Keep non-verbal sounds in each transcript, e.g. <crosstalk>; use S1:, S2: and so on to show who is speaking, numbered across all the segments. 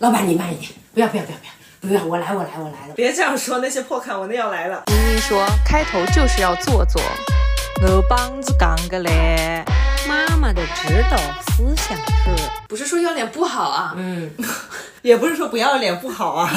S1: 老板，你慢一点，不要不要不要不要不要，我来我来我来了。
S2: 别这样说，那些破看我那要来了。
S3: 妮妮说，开头就是要做做。我帮子讲个嘞，
S4: 妈妈的指导思想是。
S5: 不是说要脸不好啊，
S1: 嗯，
S2: 也不是说不要脸不好啊。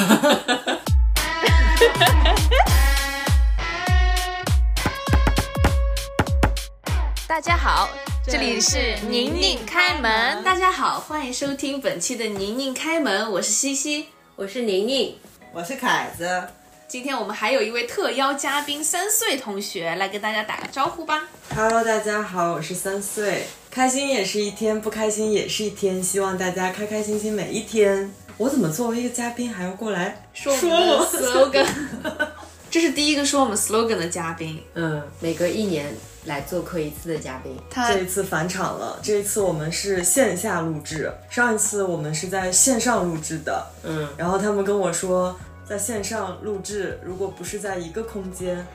S3: 大家好，这里是宁宁开门。
S5: 大家好，欢迎收听本期的宁宁开门，我是西西。
S1: 我是宁宁，
S2: 我是凯子，
S5: 今天我们还有一位特邀嘉宾三岁同学来跟大家打个招呼吧。
S2: Hello，大家好，我是三岁。开心也是一天，不开心也是一天，希望大家开开心心每一天。我怎么作为一个嘉宾还要过来
S5: 说我
S2: 说
S5: 们
S2: 我
S5: 的 slogan，这是第一个说我们 slogan 的嘉宾，
S1: 嗯，每隔一年来做客一次的嘉宾，
S2: <laughs>
S5: 他
S2: 这一次返场了，这一次我们是线下录制，上一次我们是在线上录制的。
S1: 嗯，
S2: 然后他们跟我说，在线上录制，如果不是在一个空间，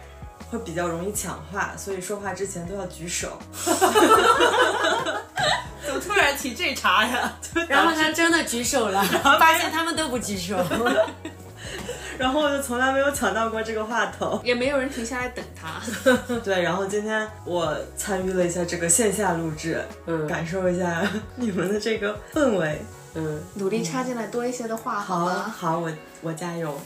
S2: 会比较容易抢话，所以说话之前都要举手。
S5: 怎么突然提这茬呀？
S1: 然后他真的举手 <laughs> 了，发现他们都不举手。
S2: 然后我就从来没有抢到过这个话筒。
S6: <laughs>
S5: 也没有人停下来等他。
S2: 对，然后今天我参与了一下这个线下录制，
S1: 嗯
S2: 感受一下 <laughs> 你们的这个氛围。
S1: 嗯，
S5: 努力插进来多一些的话，好
S2: 好
S6: 啊
S2: 啊
S5: 吗？
S2: 好，我我加油。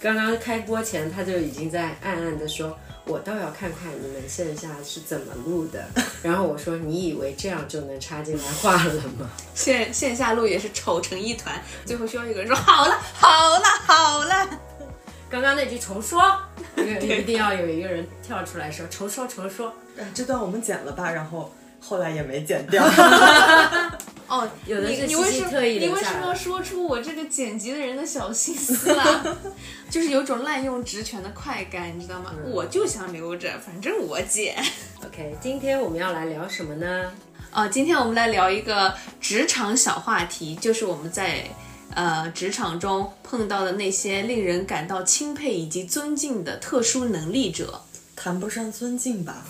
S1: 刚刚开播前他就已经在暗暗的说，我倒要看看你们线下是怎么录的。 <laughs> 然后我说，你以为这样就能插进来话了吗？
S5: 线线下路也是丑成一团，最后需要一个人说好了，好了，好了。
S1: <laughs> 刚刚那句重说， <laughs> 一定要有一个人跳出来说重说重说。
S2: 哎
S6: 嗯
S2: 这段我们剪了吧，然后后来也没剪
S6: <laughs>
S2: 掉。
S5: 哦，
S1: 有的
S5: 你
S1: 是
S5: 你
S1: 西
S5: 为
S1: 西
S5: 什么
S1: 特意
S5: 你
S1: 留
S5: 为
S1: 下
S5: 什么
S1: 来
S5: 要说出我这个剪辑的人的小心思啊？ <laughs> 就是有种滥用职权的快感，你知道吗？我就想留着，反正我剪。
S1: OK，今天我们要来聊什么呢？
S5: 啊，今天我们来聊一个职场小话题，就是我们在呃职场中碰到的那些令人感到钦佩以及尊敬的特殊能力者，
S2: 谈不上尊敬吧，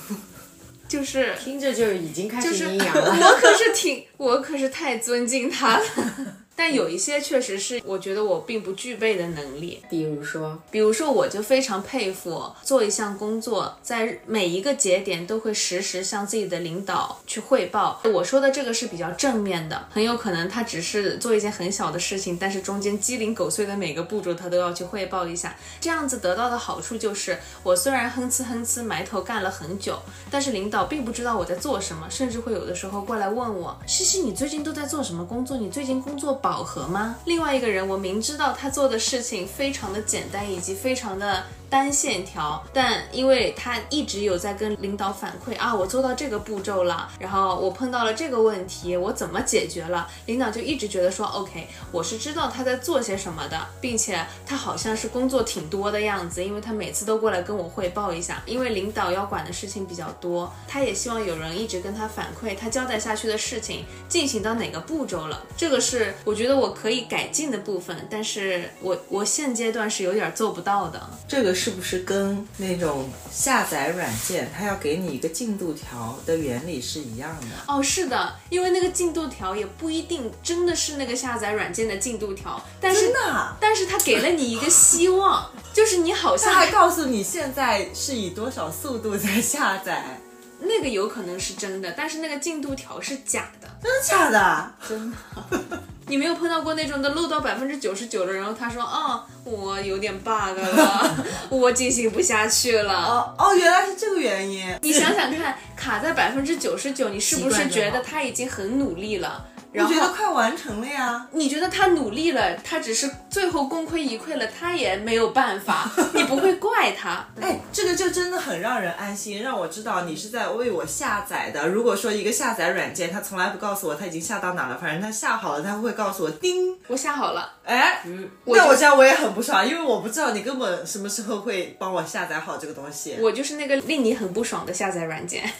S5: 就是。
S1: 听着就已经开
S5: 就
S1: 始
S5: 是
S1: 阴阳了。
S5: <laughs>
S1: <laughs>
S5: 我可是挺，我可是太尊敬他了。 <laughs> 但有一些确实是我觉得我并不具备的能力，
S1: 比如说，
S5: 比如说我就非常佩服做一项工作，在每一个节点都会实时向自己的领导去汇报。我说的这个是比较正面的，很有可能他只是做一件很小的事情，但是中间鸡零狗碎的每个步骤他都要去汇报一下。这样子得到的好处就是，我虽然哼哧哼哧埋头干了很久，但是领导并不知道我在做什么，甚至会有的时候过来问我：“西西，你最近都在做什么工作？你最近工作饱和吗？”另外一个人，我明知道他做的事情非常的简单，以及非常的单线条，但因为他一直有在跟领导反馈啊，我做到这个步骤了，然后我碰到了这个问题，我怎么解决了？领导就一直觉得说，OK，我是知道他在做些什么的，并且他好像是工作挺多的样子，因为他每次都过来跟我汇报一下，因为领导要管的事情比较多，他也希望有人一直跟他反馈他交代下去的事情进行到哪个步骤了。这个是我觉得我可以改进的部分，但是我我现阶段是有点做不到的。
S6: 这个是不是跟那种下载软件，它要给你一个进度条的原理是一样的？
S5: 哦，是的，因为那个进度条也不一定真的是那个下载软件的进度条，但是
S6: 真的啊
S5: 但是它给了你一个希望，就是你好像
S6: 它 <laughs> 还告诉你现在是以多少速度在下载，
S5: 那个有可能是真的，但是那个进度条是假的。
S6: 真的假的？
S5: 你没有碰到过那种的漏到百分之九十九了，然后他说啊、我有点 bug 了， <laughs> 我进行不下去了。
S6: 哦哦，原来是这个原因。
S5: 你想想看，卡在百分之九十九，你是不是觉得他已经很努力了？然
S6: 我
S5: 后
S6: 觉得快完成了呀，
S5: 你觉得他努力了，他只是最后功亏一篑了，他也没有办
S6: <laughs>
S5: 法，你不会怪他。
S6: 哎，这个就真的很让人安心，让我知道你是在为我下载的。如果说一个下载软件，它从来不告诉我它已经下到哪了，反正它下好了，它会告诉我叮。
S5: 我下好了，
S6: 哎，那我这样我也很不爽，因为我不知道你根本什么时候会帮我下载好这个东西。
S5: 我就是那个令你很不爽的下载软件。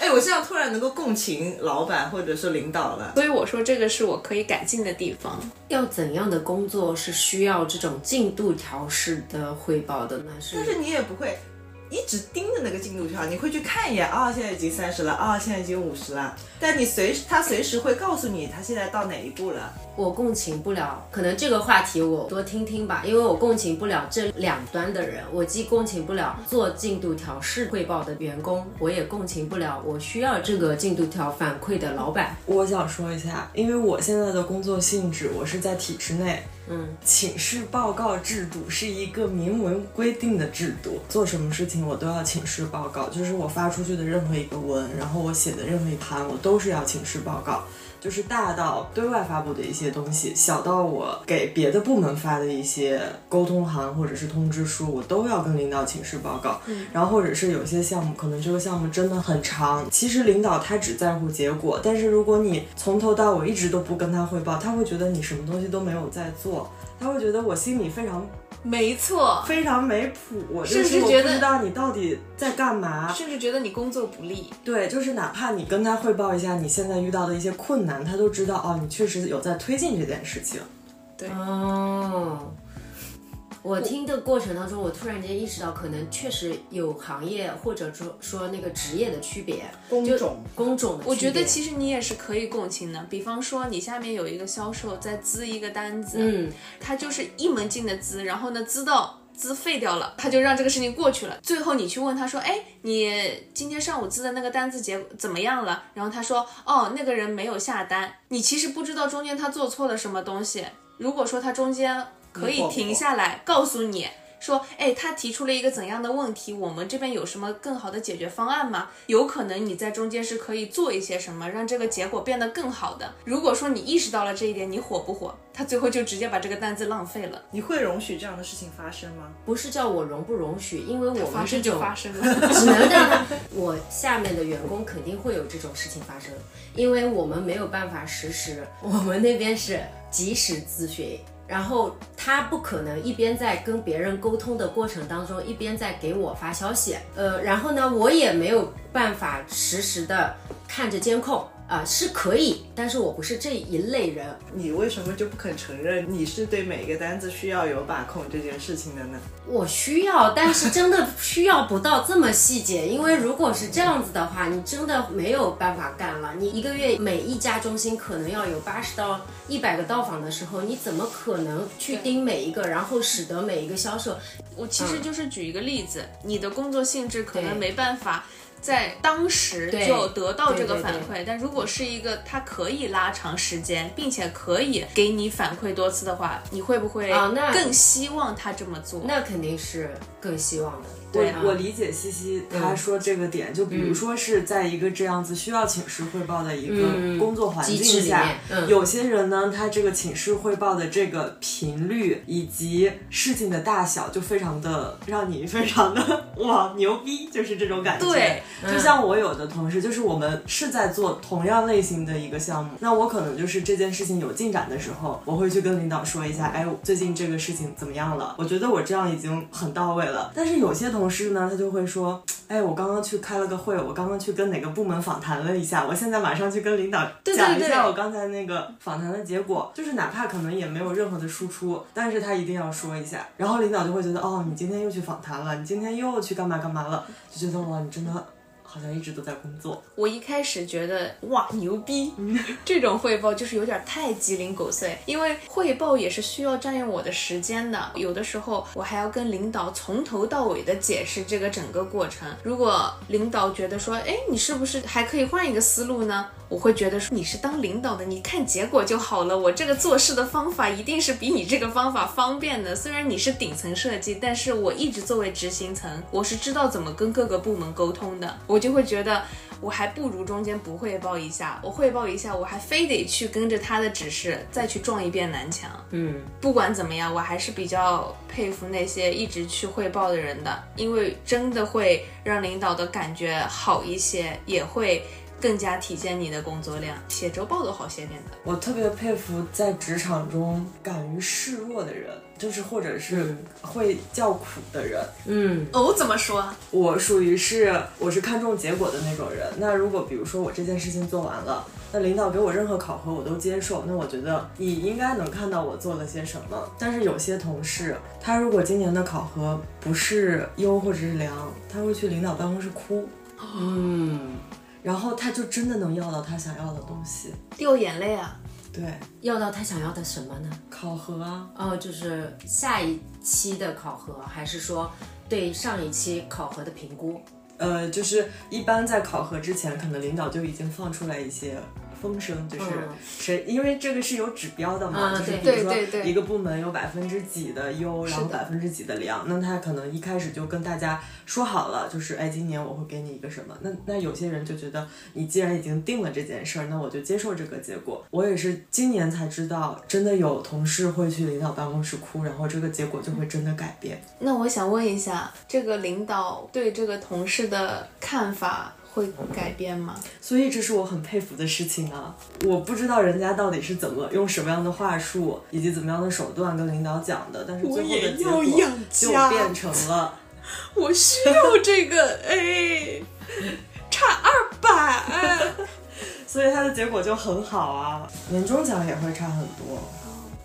S6: 哎，我现在突然能够共情老板或者说领导了。
S5: 所以我说这个是我可以改进的地方。
S1: 要怎样的工作是需要这种进度条式的汇报的呢？是
S6: 但是你也不会一直盯着那个进度条，你会去看一眼啊、哦现在已经三十了啊、现在已经五十了。但你随他随时会告诉你他现在到哪一步了。
S1: 我共情不了，可能这个话题我多听听吧，因为我共情不了这两端的人，我既共情不了做进度调试汇报的员工，我也共情不了我需要这个进度条反馈的老
S5: <laughs>
S1: 板。
S2: 我想说一下，因为我现在的工作性质，我是在体制内。嗯，请示报告制度是一个明文规定的制度，做什么事情我都要请示报告，就是我发出去的任何一个文，然后我写的任何一盘，我都是要请示报告。就是大到对外发布的一些东西，小到我给别的部门发的一些沟通函或者是通知书，我都要跟领导请示报告。然后或者是有些项目，可能这个项目真的很长，其实领导他只在乎结果，但是如果你从头到尾一直都不跟他汇报，他会觉得你什么东西都没有在做，他会觉得我心里非常
S5: 没错，
S2: 非常没谱，我就
S5: 甚至
S2: 是我
S5: 觉
S2: 不
S5: 得
S2: 知道你到底在干嘛。
S5: 甚至觉得你工作不力。
S2: 对，就是哪怕你跟他汇报一下你现在遇到的一些困难，他都知道哦，你确实有在推进这件事情。
S1: 哦，我听的过程当中，我突然间意识到，可能确实有行业或者说说那个职业的区别，
S6: 工
S1: 就
S6: 种
S1: 工种的区别。
S5: 我觉得其实你也是可以共情的，比方说你下面有一个销售在资一个单子，
S1: 嗯，
S5: 他就是一门劲的资，然后呢资到资废掉了，他就让这个事情过去了。最后你去问他说，哎，你今天上午资的那个单子结怎么样了？然后他说，哦，那个人没有下单。你其实不知道中间他做错了什么东西。如果说他中间可以停下来告诉你。说，哎，他提出了一个怎样的问题？我们这边有什么更好的解决方案吗？有可能你在中间是可以做一些什么，让这个结果变得更好的。如果说你意识到了这一点，你火不火？他最后就直接把这个单子浪费了，
S6: 你会容许这样的事情发生吗？
S1: 不是叫我容不容许，因为我
S5: 发
S1: 们这
S5: 生就
S1: 种
S5: 发生了。
S1: <laughs> 只能让我下面的员工肯定会有这种事情发生，因为我们没有办法实时，我们那边是及时咨询，然后他不可能一边在跟别人沟通的过程当中，一边在给我发消息，呃，然后呢，我也没有办法实时的看着监控。啊、是可以，但是我不是这一类人，
S6: 你为什么就不肯承认你是对每个单子需要有把控这件事情的 <laughs> 呢？
S1: 我需要，但是真的需要不到这么细节，因为如果是这样子的话，你真的没有办法干了。你一个月每一家中心可能要有八十到一百个到访的时候，你怎么可能去盯每一个，然后使得每一个销售？
S5: <laughs> 我其实就是举一个例子，你的工作性质可能
S1: 对
S5: 没办法。在当时
S1: 对
S5: 就得到这个
S1: 对对
S5: 反馈，但如果是一个它可以拉长时间，并且可以给你反馈多次的话，你会不会
S1: 啊那
S5: 更希望他这么做？
S1: 那肯定是更希望的。
S2: 我
S5: 对啊
S2: 我理解西西她说这个点，就比如说是在一个这样子需要请示汇报的一个
S1: 嗯
S2: 工作环
S1: 机制
S2: 境
S1: 里
S2: 下
S1: 面，嗯
S2: 有些人呢，他这个请示汇报的这个频率以及事情的大小，就非常的让你非常的 <laughs> 哇牛逼，就是这种感觉。
S5: 对，嗯
S2: 就像我有的同事，就是我们是在做同样类型的一个项目，那我可能就是这件事情有进展的时候，我会去跟领导说一
S5: 嗯
S2: 下，哎，我最近这个事情怎么样了？我觉得我这样已经很到位了。但是有些同事呢，他就会说，哎，我刚刚去开了个会，我刚刚去跟哪个部门访谈了一下，我现在马上去跟领导
S5: 对
S2: 讲一
S5: 对
S2: 下
S5: 对
S2: 我刚才那个访谈的结果，就是哪怕可能也没有任何的输出，但是他一定要说一下，然后领导就会觉得，哦，你今天又去访谈了，你今天又去干嘛干嘛了，就觉得哇，你真的。好像一直都在工作，
S5: 我一开始觉得哇牛逼， <laughs> 这种汇报就是有点太鸡零狗碎，因为汇报也是需要占用我的时间的，有的时候我还要跟领导从头到尾的解释这个整个过程。如果领导觉得说，哎，你是不是还可以换一个思路呢？我会觉得说你是当领导的，你看结果就好了。我这个做事的方法一定是比你这个方法方便的。虽然你是顶层设计，但是我一直作为执行层，我是知道怎么跟各个部门沟通的。我就会觉得，我还不如中间不汇报一下，我汇报一下，我还非得去跟着他的指示再去撞一遍南墙。
S1: 嗯，
S5: 不管怎么样，我还是比较佩服那些一直去汇报的人的，因为真的会让领导的感觉好一些，也会更加体现你的工作量。写周报都好写点的，
S2: 我特别佩服在职场中敢于示弱的人，就是或者是会叫苦的人。
S1: 嗯
S5: 哦，怎么说？
S2: 我属于是我是看重结果的那种人。那如果比如说我这件事情做完了，那领导给我任何考核我都接受，那我觉得你应该能看到我做了些什么。但是有些同事，他如果今年的考核不是优或者是良，他会去领导办公室哭，
S1: 嗯，
S2: 然后他就真的能要到他想要的东西。
S5: 掉眼泪啊！
S2: 对，
S1: 要到他想要的什么呢？
S2: 考核啊，
S1: 哦，就是下一期的考核，还是说对上一期考核的评估？
S2: 呃，就是一般在考核之前，可能领导就已经放出来一些风声，就是
S1: 嗯
S2: 谁，因为这个是有指标的嘛，
S1: 嗯
S2: 就是比
S1: 对
S2: 如说
S5: 对对对
S2: 一个部门有百分之几的优，然后百分之几的良，那他可能一开始就跟大家说好了，就是哎，今年我会给你一个什么。那那有些人就觉得，你既然已经定了这件事儿，那我就接受这个结果。我也是今年才知道，真的有同事会去领导办公室哭，然后这个结果就会真的改变。
S5: 那我想问一下，这个领导对这个同事的看法会改变吗？
S2: 所以这是我很佩服的事情啊！我不知道人家到底是怎么用什么样的话术以及怎么样的手段跟领导讲的，但是最后的结果
S5: 我也要养
S2: 就
S5: 家
S2: 变成了
S5: 我需要这个，哎，差二百。
S2: 所以它的结果就很好啊，年终奖也会差很多。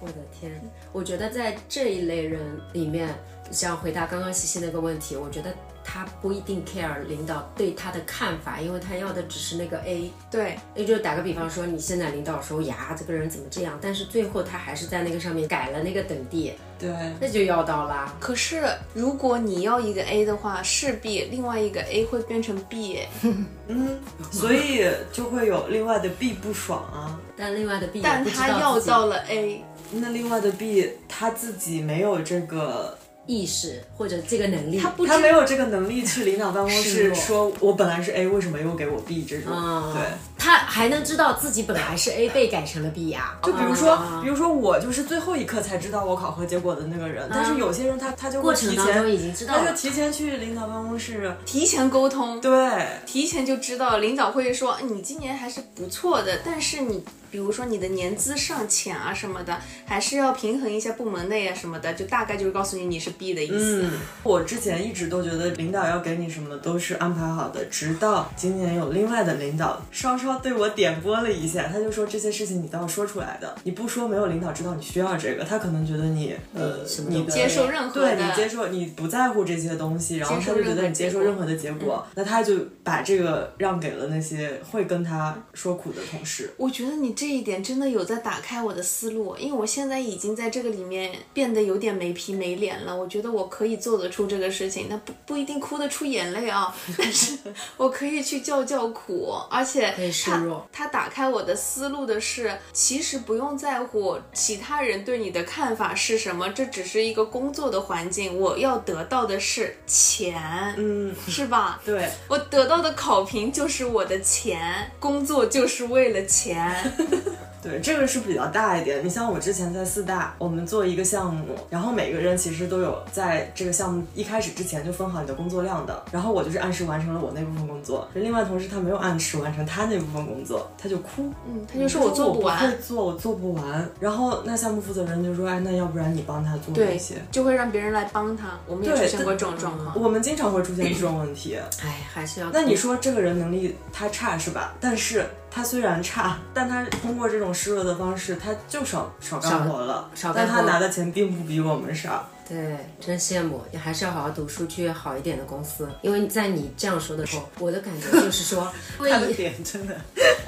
S1: 我的天，我觉得在这一类人里面，想回答刚刚西西那个问题，我觉得他不一定 care 领导对他的看法，因为他要的只是那个 A。
S5: 对，
S1: 也就打个比方说，你现在领导说呀，这个人怎么这样，但是最后他还是在那个上面改了那个等地，
S2: 对，
S1: 那就要到啦。
S5: 可是如果你要一个 A 的话，势必另外一个 A 会变成 B 哎。
S2: 所以就会有另外的 B 不爽啊。
S1: 但另外的 B 也
S5: 但
S1: 不知
S5: 他
S1: 道
S5: 要
S1: 自己
S5: 到了 A，
S2: 那另外的 B 他自己没有这个
S1: 意识或者这个能力，
S5: 他不知
S2: 他没有这个能力去领导办公
S1: 示
S2: 室
S1: 弱
S2: 说，我本来是 A，为什么又给我 B 这种？
S1: 啊
S2: 对，
S1: 他还能知道自己本来是 A 被改成了 B 呀、
S2: 就比如说，
S1: 啊
S2: 比如说我就是最后一刻才知道我考核结果的那个人，但是有些人他他就
S1: 嗯
S2: 会
S1: 过程
S2: 提
S1: 当中已
S2: 前，
S1: 经知道
S2: 他就
S1: 了。
S2: 提前去领导办公室，
S5: 提前沟通，
S2: 对
S5: 提前就知道领导会说嗯你今年还是不错的，但是你比如说你的年资尚浅啊什么的，还是要平衡一下部门内啊什么的，就大概就是告诉你你是 B 的意思。
S2: 嗯，我之前一直都觉得领导要给你什么都是安排好的，直到今年有另外的领导稍稍对我点拨了一下，他就说这些事情你都要说出来的，你不说没有领导知道你需要这个，他可能觉得你呃
S1: 什么都
S2: 你的
S1: 接
S5: 受任何
S2: 对
S5: 的
S2: 你接受你不在乎这些东西，然后
S5: 接
S2: 他
S5: 受
S2: 就觉得你
S5: 任何结
S2: 接受
S5: 果嗯
S2: 任何的结果，那他就把这个让给了那些会跟他说苦的同事。
S5: 我觉得你这一点真的有在打开我的思路，因为我现在已经在这个里面变得有点没皮没脸了。我觉得我可以做得出这个事情，那不不一定哭得出眼泪啊， <laughs> 但是我可以去叫叫苦，而且
S1: 可以示
S5: 他
S1: 弱
S5: 他打开我的思路的是，其实不用在乎其他人对你的看法是什么，这只是一个工作的环境，我要得到的是钱，
S2: 嗯，
S5: 是吧？
S2: 对，
S5: 我得到的考评就是我的钱，工作就是为了钱。
S2: 对，这个是比较大一点。你像我之前在四大，我们做一个项目，然后每个人其实都有在这个项目一开始之前就分好你的工作量的。然后我就是按时完成了我那部分工作，另外同事他没有按时完成他那部分工作，他就哭，
S5: 嗯， <laughs> 他就说我做
S2: 不
S5: 不完
S2: 会，做，我做不完。然后那项目负责人就说，哎，那要不然你帮他做
S5: 对
S2: 一些。，
S5: 就会让别人来帮他。我们也出
S2: 对
S5: 现过这种状况。
S2: 我们经常会出现这种问题。
S1: 哎，还是要
S2: 那你说这个人能力他差是吧？但是他虽然差，但他通过这种示弱的方式，他就少少干活了，
S1: 少干
S2: 但
S1: 活
S2: 他拿的钱并不比我们少。
S1: 对，真羡慕，你还是要好好读书，去好一点的公司。因为在你这样说的时候，我的感觉就是说，因
S6: 他的
S1: 为
S6: 点真 <laughs> 的，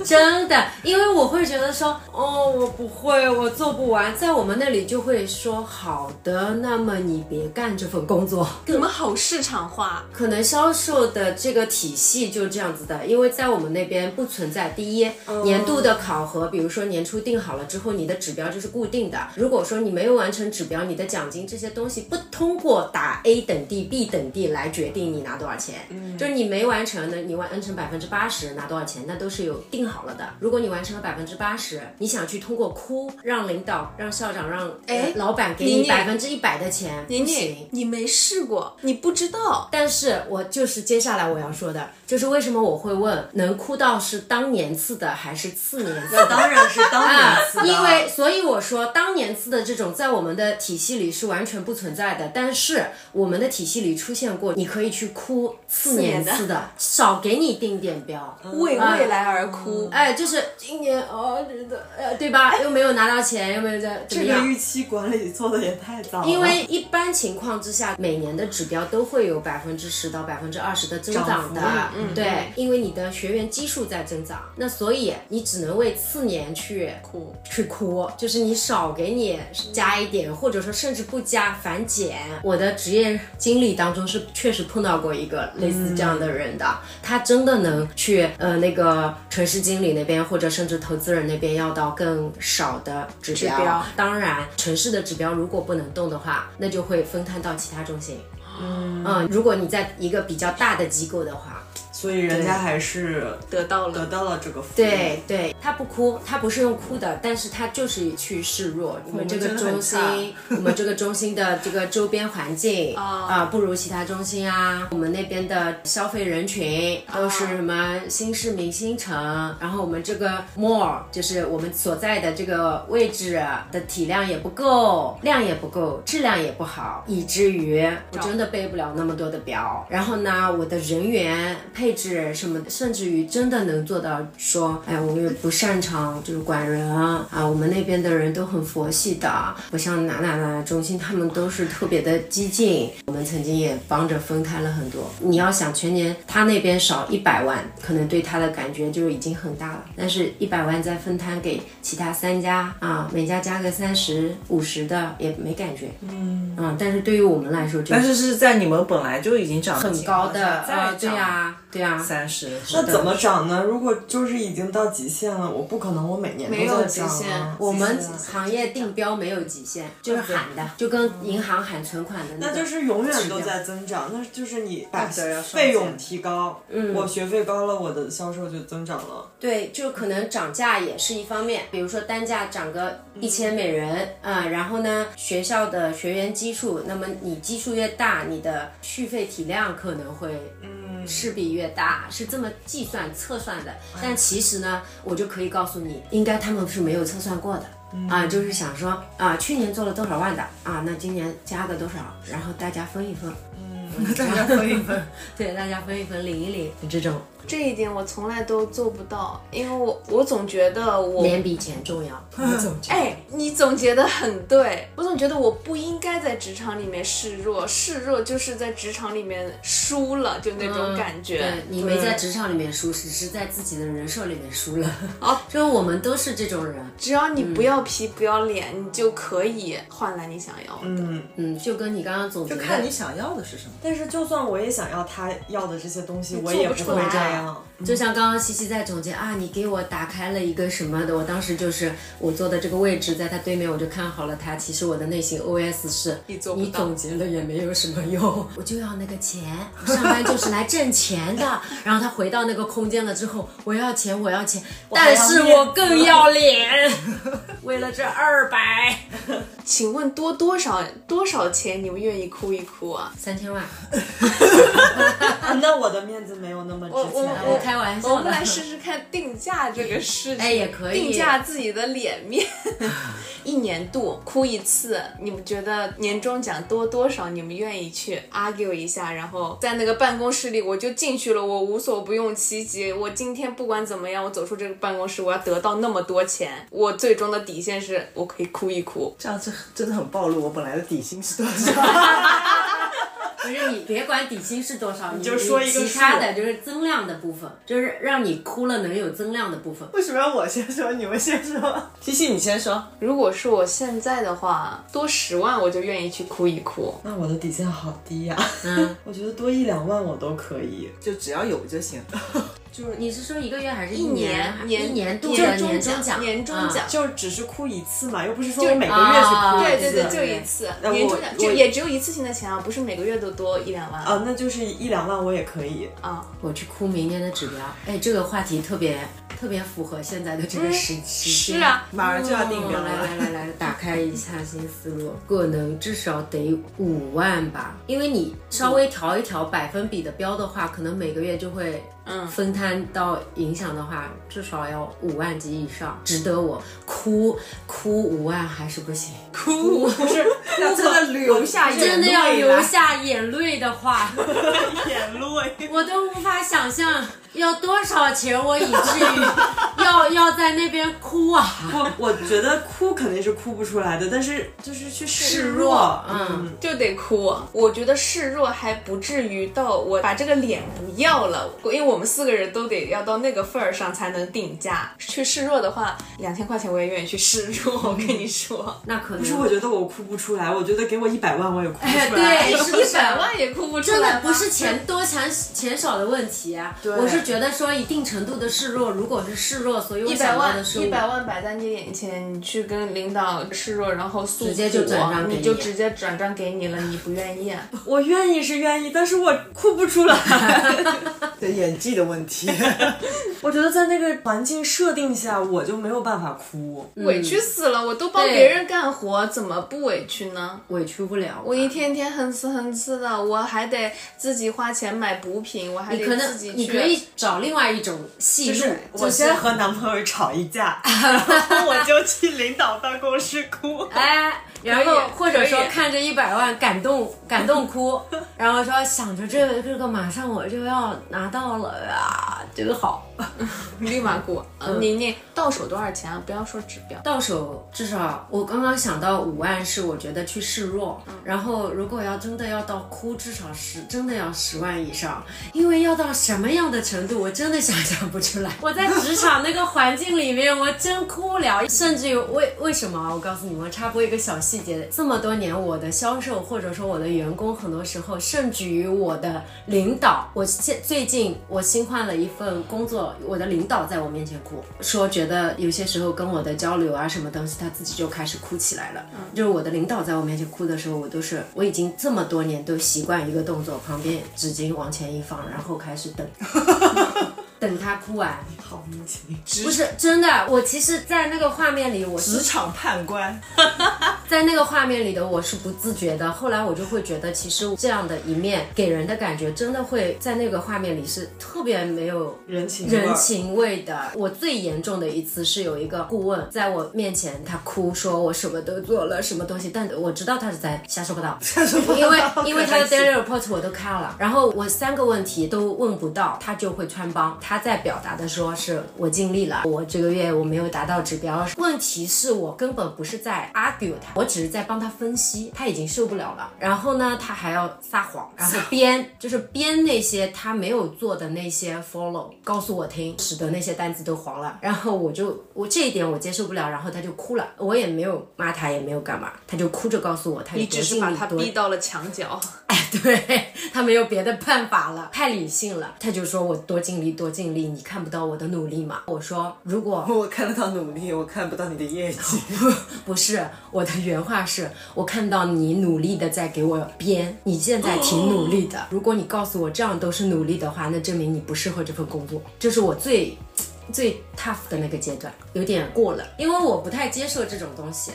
S1: 真的，因为我会觉得说，哦，我不会，我做不完，在我们那里就会说，好的，那么你别干这份工作。
S5: 你们好市场化，
S1: 可能销售的这个体系就是这样子的，因为在我们那边不存在第一年度的考核，比如说年初定好了之后，你的指标就是固定的。如果说你没有完成指标，你的奖金这些东西不通过打 A 等地、B 等地来决定你拿多少钱，就是你没完成的，你完成百分之八十拿多少钱，那都是有定好了的。如果你完成了百分之八十，你想去通过哭让领导、让校长、让呃
S5: 哎
S1: 老板给
S5: 宁
S1: 你
S5: 宁
S1: 百分之一百的钱，
S5: 宁
S1: 不行
S5: 宁，。你没试过，你不知道。
S1: 但是我就是接下来我要说的，就是为什么我会问能哭到是当年次的还是次年次
S2: 那
S1: 的？
S2: 当然是当年
S1: 啊
S2: 次的，
S1: 因为所以我说当年次的这种在我们的体系里是完全不存存在的，但是我们的体系里出现过，你可以去哭四年次
S5: 四
S1: <laughs>
S5: 年
S1: 的，少给你定点标。
S5: 为未来而哭。
S1: 嗯哎，就是今年哦，觉得呃，对吧？又没有拿到钱，又没有在怎么
S2: 这个
S1: 样？
S2: 预期管理做的也太早了，
S1: 因为一般情况之下，每年的指标都会有百分之十到百分之二十的增长的
S2: 涨幅啊，嗯
S1: 对，因为你的学员基数在增长，那所以你只能为次年去
S5: 哭
S1: 去哭，就是你少给你加一点，或者说甚至不加反减。我的职业经历当中是确实碰到过一个类似这样的人的，他真的能去呃那个城市经理那边，或者甚至投资人那边要到更少的指标。
S5: 指标
S1: 当然，城市的指标如果不能动的话，那就会分摊到其他中心。嗯如果你在一个比较大的机构的话，
S2: 所以人家还是
S5: 得到
S2: 得
S5: 了，
S2: 到了这个服务。
S1: 对对，他不哭，他不是用哭的，但是他就是去示弱。你们这个中心，我们这个中心的这个周边环境啊、不如其他中心啊。我们那边的消费人群都是什么新市民新城，然后我们这个 mall 就是我们所在的这个位置的体量也不够，量也不够，质量也不好，以至于我真的背不了那么多的表。然后呢，我的人员配置什么的，甚至于真的能做到说，哎，我们也不擅长就是管人啊，我们那边的人都很佛系的，不像哪哪哪中心，他们都是特别的激进。我们曾经也帮着分摊了很多。你要想全年他那边少一百万，可能对他的感觉就已经很大了，但是一百万再分摊给其他三家啊，每家加个三十五十的也没感觉。嗯但是对于我们来说就
S6: 但
S1: 是
S6: 是是在你们本来就已经涨
S1: 很高的啊，
S6: 再
S1: 对呀、啊，对呀、啊。
S6: 呃三十，
S2: 那怎么涨呢？如果就是已经到极限了，我不可能我每年
S5: 没
S2: 都
S5: 有
S2: 在涨
S5: 极限
S2: 啊。
S1: 我们行业定标没有极限，就是喊的，就跟银行喊存款的那
S2: 那
S1: 个
S2: 就是永远都在增长，那就是你把
S6: 不得要上
S2: 费
S6: 线
S2: 用提高，我学费高了，我的销售就增长了。
S1: 对，就可能涨价也是一方面，比如说单价涨个一千每人啊、然后呢，学校的学员基数，那么你基数越大，你的续费体量可能会嗯势必越大，是这么计算测算的。但其实呢，我就可以告诉你，应该他们是没有测算过的。啊，就是想说啊，去年做了多少万的啊，那今年加个多少，然后大家分一分，
S6: 大家分一分？
S1: <laughs> 对，大家分一分，领一领，这种
S5: 这一点我从来都做不到，因为我我总觉得我
S1: 脸比钱重 <laughs> 要。
S5: 哎，你总结的很对，我总觉得我不应该在职场里面示弱，示弱就是在职场里面输了，就那种感觉。
S1: 对你没在职场里面输，只是在自己的人设里面输了。
S5: 哦，
S1: <laughs> 就是我们都是这种人，
S5: 只要你不
S1: 嗯
S5: 要皮、不要脸，你就可以换来你想要的。
S2: 嗯，
S1: 嗯，就跟你刚刚总结
S6: 就
S1: 的，
S6: 看你想要的是什么。
S2: 但是就算我也想要他要的这些东西，我
S5: 做
S2: 也
S5: 不
S2: 不
S5: 出
S2: 会
S5: 来
S2: 这样。
S1: 就像刚刚西西在总结啊，你给我打开了一个什么的，我当时就是我坐的这个位置，在他对面我就看好了他。其实我的内心 OS 是，
S5: 你做不到
S1: 你总结了也没有什么用，我就要那个钱，上班就是来挣钱的。然后他回到那个空间了之后，我要钱，我要钱，但是我更要 <laughs> 脸，为了这二百
S5: 请问多多少多少钱你们愿意哭一哭
S1: <laughs>
S5: 啊？
S1: 三千万。
S2: 啊，那我的面子没有那么值
S5: 我我
S2: 钱
S1: 我
S2: 了。
S1: 开玩笑的
S5: 我们来试试看定价这个事情，
S1: 哎也可以
S5: 定价自己的脸面。 <laughs> 一年度哭一次，你们觉得年终奖多多少？你们愿意去 argue 一下，然后在那个办公室里，我就进去了，我无所不用其极。我今天不管怎么样，我走出这个办公室，我要得到那么多钱。我最终的底线是我可以哭一哭。
S6: 这样这真的很暴露我本来的底薪是多少。 <laughs>
S1: 不是你别管底薪是多少，你
S2: 就说一个
S1: 你其
S2: 数
S1: 他的就是增量的部分，就是让你哭了能有增量的部分。
S6: 为什么要我先说？你们先说。西西，你先说。
S5: 如果是我现在的话，多十万我就愿意去哭一哭。
S2: 那我的底线好低呀、
S1: 嗯，
S2: 我觉得多一两万我都可以。
S6: 就只要有就行。
S1: 你是说一个月还是一
S5: 一年
S1: 一年度的
S5: 年
S1: 年
S5: 终
S1: 奖？
S5: 年终奖
S1: 啊。
S2: 就只是哭一次嘛，又不是说我每个月去
S1: 啊
S2: 哭一次。
S5: 对对对，
S1: 对
S5: 就一次
S2: 那我
S5: 年终奖，
S2: 我
S5: 就也只有一次性的钱啊，不是每个月都多一两万
S2: 啊，那就是一两万我也可以。
S5: 啊。
S1: 我去哭明年的指标。哎，这个话题特别特别符合现在的这个时期。
S5: 嗯是啊，
S6: 马上就要定
S1: 哦
S6: 格了。
S1: 来来来来，打开一下新思 <laughs> 路，可能至少得五万吧，因为你稍微调一调百分比的标的话，可能每个月就会。嗯，分摊到影响的话，至少要五万及以上，值得我哭哭五万还是不行，
S6: 哭，不是要真的流下眼泪
S1: 哎真的要流
S6: 来
S1: 下眼泪的 <laughs> 话，
S6: 眼泪。
S1: 我都无法想象要多少钱，我以至 <laughs> 于要要在那边哭啊！
S2: 我我觉得哭肯定是哭不出来的，但是就是去示
S1: 弱
S2: 弱，
S1: 嗯
S2: 嗯，
S5: 就得哭。我觉得示弱还不至于到我把这个脸不要了，因为我们四个人都得要到那个份儿上才能定价。去示弱的话，两千块钱我也愿意去示弱。我跟你说，
S1: 那可能
S2: 不是我觉得我哭不出来，我觉得给我一百万我也哭不出来。
S1: <laughs> 对，哎是
S5: 一
S1: 一
S5: <laughs> 百
S1: 百
S5: 万也哭不出来
S1: 真
S5: 吗。
S1: 的不是钱多钱钱少的问题啊，我是觉得说一定程度的示弱，如果是示弱，所以我
S5: 一百
S1: 想到
S5: 万
S1: 的，是
S5: 一百
S1: 我
S5: 万摆在你眼前，你去跟领导示弱，然后诉苦
S1: 直接就转账给你
S5: 你就直接转账给 <laughs> 你了，你不愿意，
S2: 我愿意是愿意，但是我哭不出来。
S6: 对演技的问题，
S2: <laughs> 我觉得在那个环境设定下，我就没有办法哭。
S5: 委屈死了！我都帮
S1: 对
S5: 别人干活，怎么不委屈呢？
S1: 委屈不了。
S5: 我一天天哼哧哼哧的，我还得自己花钱买补品，我还
S1: 你
S5: 得
S1: 可
S5: 自
S1: 能
S5: 己去。
S1: 你可以找另外一种戏路，
S2: 我嗯先和男朋友吵一 <laughs> 架，然后我就去领导办公室哭。
S1: 哎，然后或者说
S5: 可以
S1: 看着一百万感动
S5: <laughs>
S1: 感动哭，然后说想着这个这个马上我就要拿到了啊，这个好，
S5: 立马过。嗯、你你到手多少钱啊？不要说指标。
S1: 到手至少我刚刚想到五万是我觉得去示弱，然后如果要真的要到哭，至少是真的要十万以上，因为要到什么样的程度，我真的想象不出来。 <laughs> 我在职场那个环境里面，我真哭了， <laughs> 甚至于为为什么啊？我告诉你们，插播一个小细节，这么多年我的销售或者说我的员工，很多时候甚至于我的领导，我现最近我新换了一份工作，我的领导在我面前哭，说觉得有些时候跟我的交流啊什么东西，他自己就开始哭起来了。就是我的领导在我面前哭的时候，我都是我已经这么多年都习惯一个动作，旁边纸巾往前一放，然后开始等。等他哭完，
S2: 好母亲，
S1: 不是真的。我其实，在那个画面里，我是
S6: 职场判官，
S1: 在那个画面里的我是不自觉的，后来我就会觉得，其实这样的一面给人的感觉，真的会在那个画面里是特别没有
S2: 人情味儿
S1: 人情味的。我最严重的一次是有一个顾问在我面前，他哭说我什么都做了，什么东西，但我知道他是在瞎说八道， <laughs> 因为因为他的 daily report 我都开了，然后我三个问题都问不到，他就会穿帮。他在表达的说是我尽力了，我这个月我没有达到指标。问题是我根本不是在 argue 他，我只是在帮他分析，他已经受不了了。然后呢，他还要撒谎，然
S5: <laughs>
S1: 后编就是编那些他没有做的那些 follow，告诉我听，使得那些单子都黄了。然后我就我这一点我接受不了，然后他就哭了，我也没有骂他，也没有干嘛，他就哭着告诉我他有
S5: 你
S1: 多
S5: 只是
S1: 尽
S5: 把
S1: 力
S5: 他
S1: 多
S5: 逼到了墙角，
S1: <laughs> 哎对他没有别的办法了，太理性了。他就说我多尽力，多尽力，你看不到我的努力吗？我说如果
S6: 哦我看得到努力，我看不到你的业绩。 <laughs>
S1: 不是我的原话是，我看到你努力的在给我编，你现在挺努力的。如果你告诉我这样都是努力的话，那证明你不适合这份工作。这是我最。最 tough 的那个阶段有点过了，因为我不太接受这种东西，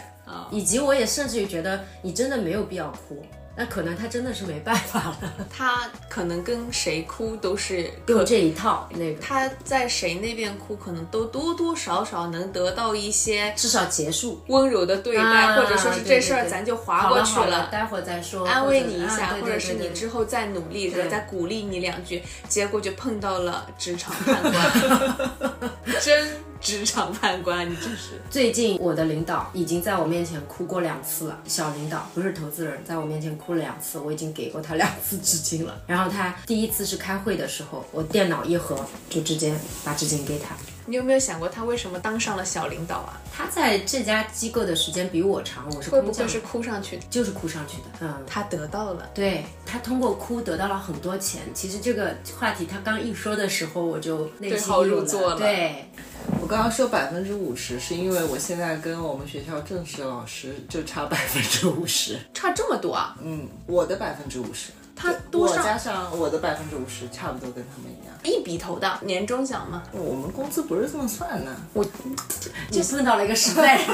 S1: 以及我也甚至于觉得你真的没有必要哭，那可能他真的是没办法了， <laughs>
S5: 他可能跟谁哭都是
S1: 用
S5: 可
S1: 这一套那个。
S5: 他在谁那边哭，可能都多多少少能得到一些
S1: 至少结束。
S5: 温柔的对待，
S1: 啊
S5: 或者说是这事
S1: 对
S5: 儿
S1: 对对
S5: 咱就
S1: 好
S5: 划过去
S1: 好了，待会儿再说，
S5: 安慰你一下，
S1: 或啊
S5: 或者是你之
S1: 后
S5: 后再努力，
S1: 对
S5: 再鼓励你两句，结果就碰到了职场判官，
S1: <laughs>
S5: 真职场判官，你真是
S1: 最近我的领导已经在我面前哭过两次了，小领导不是投资人，在我面前哭了两次，我已经给过他两次纸巾了。然后他第一次是开会的时候，我电脑一合就直接把纸巾给他。
S5: 你有没有想过他为什么当上了小领导啊？
S1: 他在这家机构的时间比我长，我是
S5: 会
S1: 空
S5: 不
S1: 降
S5: 会是哭上去的？
S1: 就是哭上去的？嗯，
S5: 他得到了，
S1: 对他通过哭得到了很多钱。其实这个话题他刚一说的时候，我就内
S5: 对
S1: 心
S5: 号
S1: 有
S5: 入座了
S1: 对，
S6: 我刚刚说百分之五十，是因为我现在跟我们学校正式老师就差百分之五十，
S5: 差这么多啊？
S6: 嗯，我的百分之五十。
S5: 他多
S6: 我
S5: 少
S6: 加上我的百分之五十，差不多跟他们一样。哦
S5: 一笔投的年终奖嘛？
S6: 我们工资不是这么算的，
S1: 就碰到了一个实在人，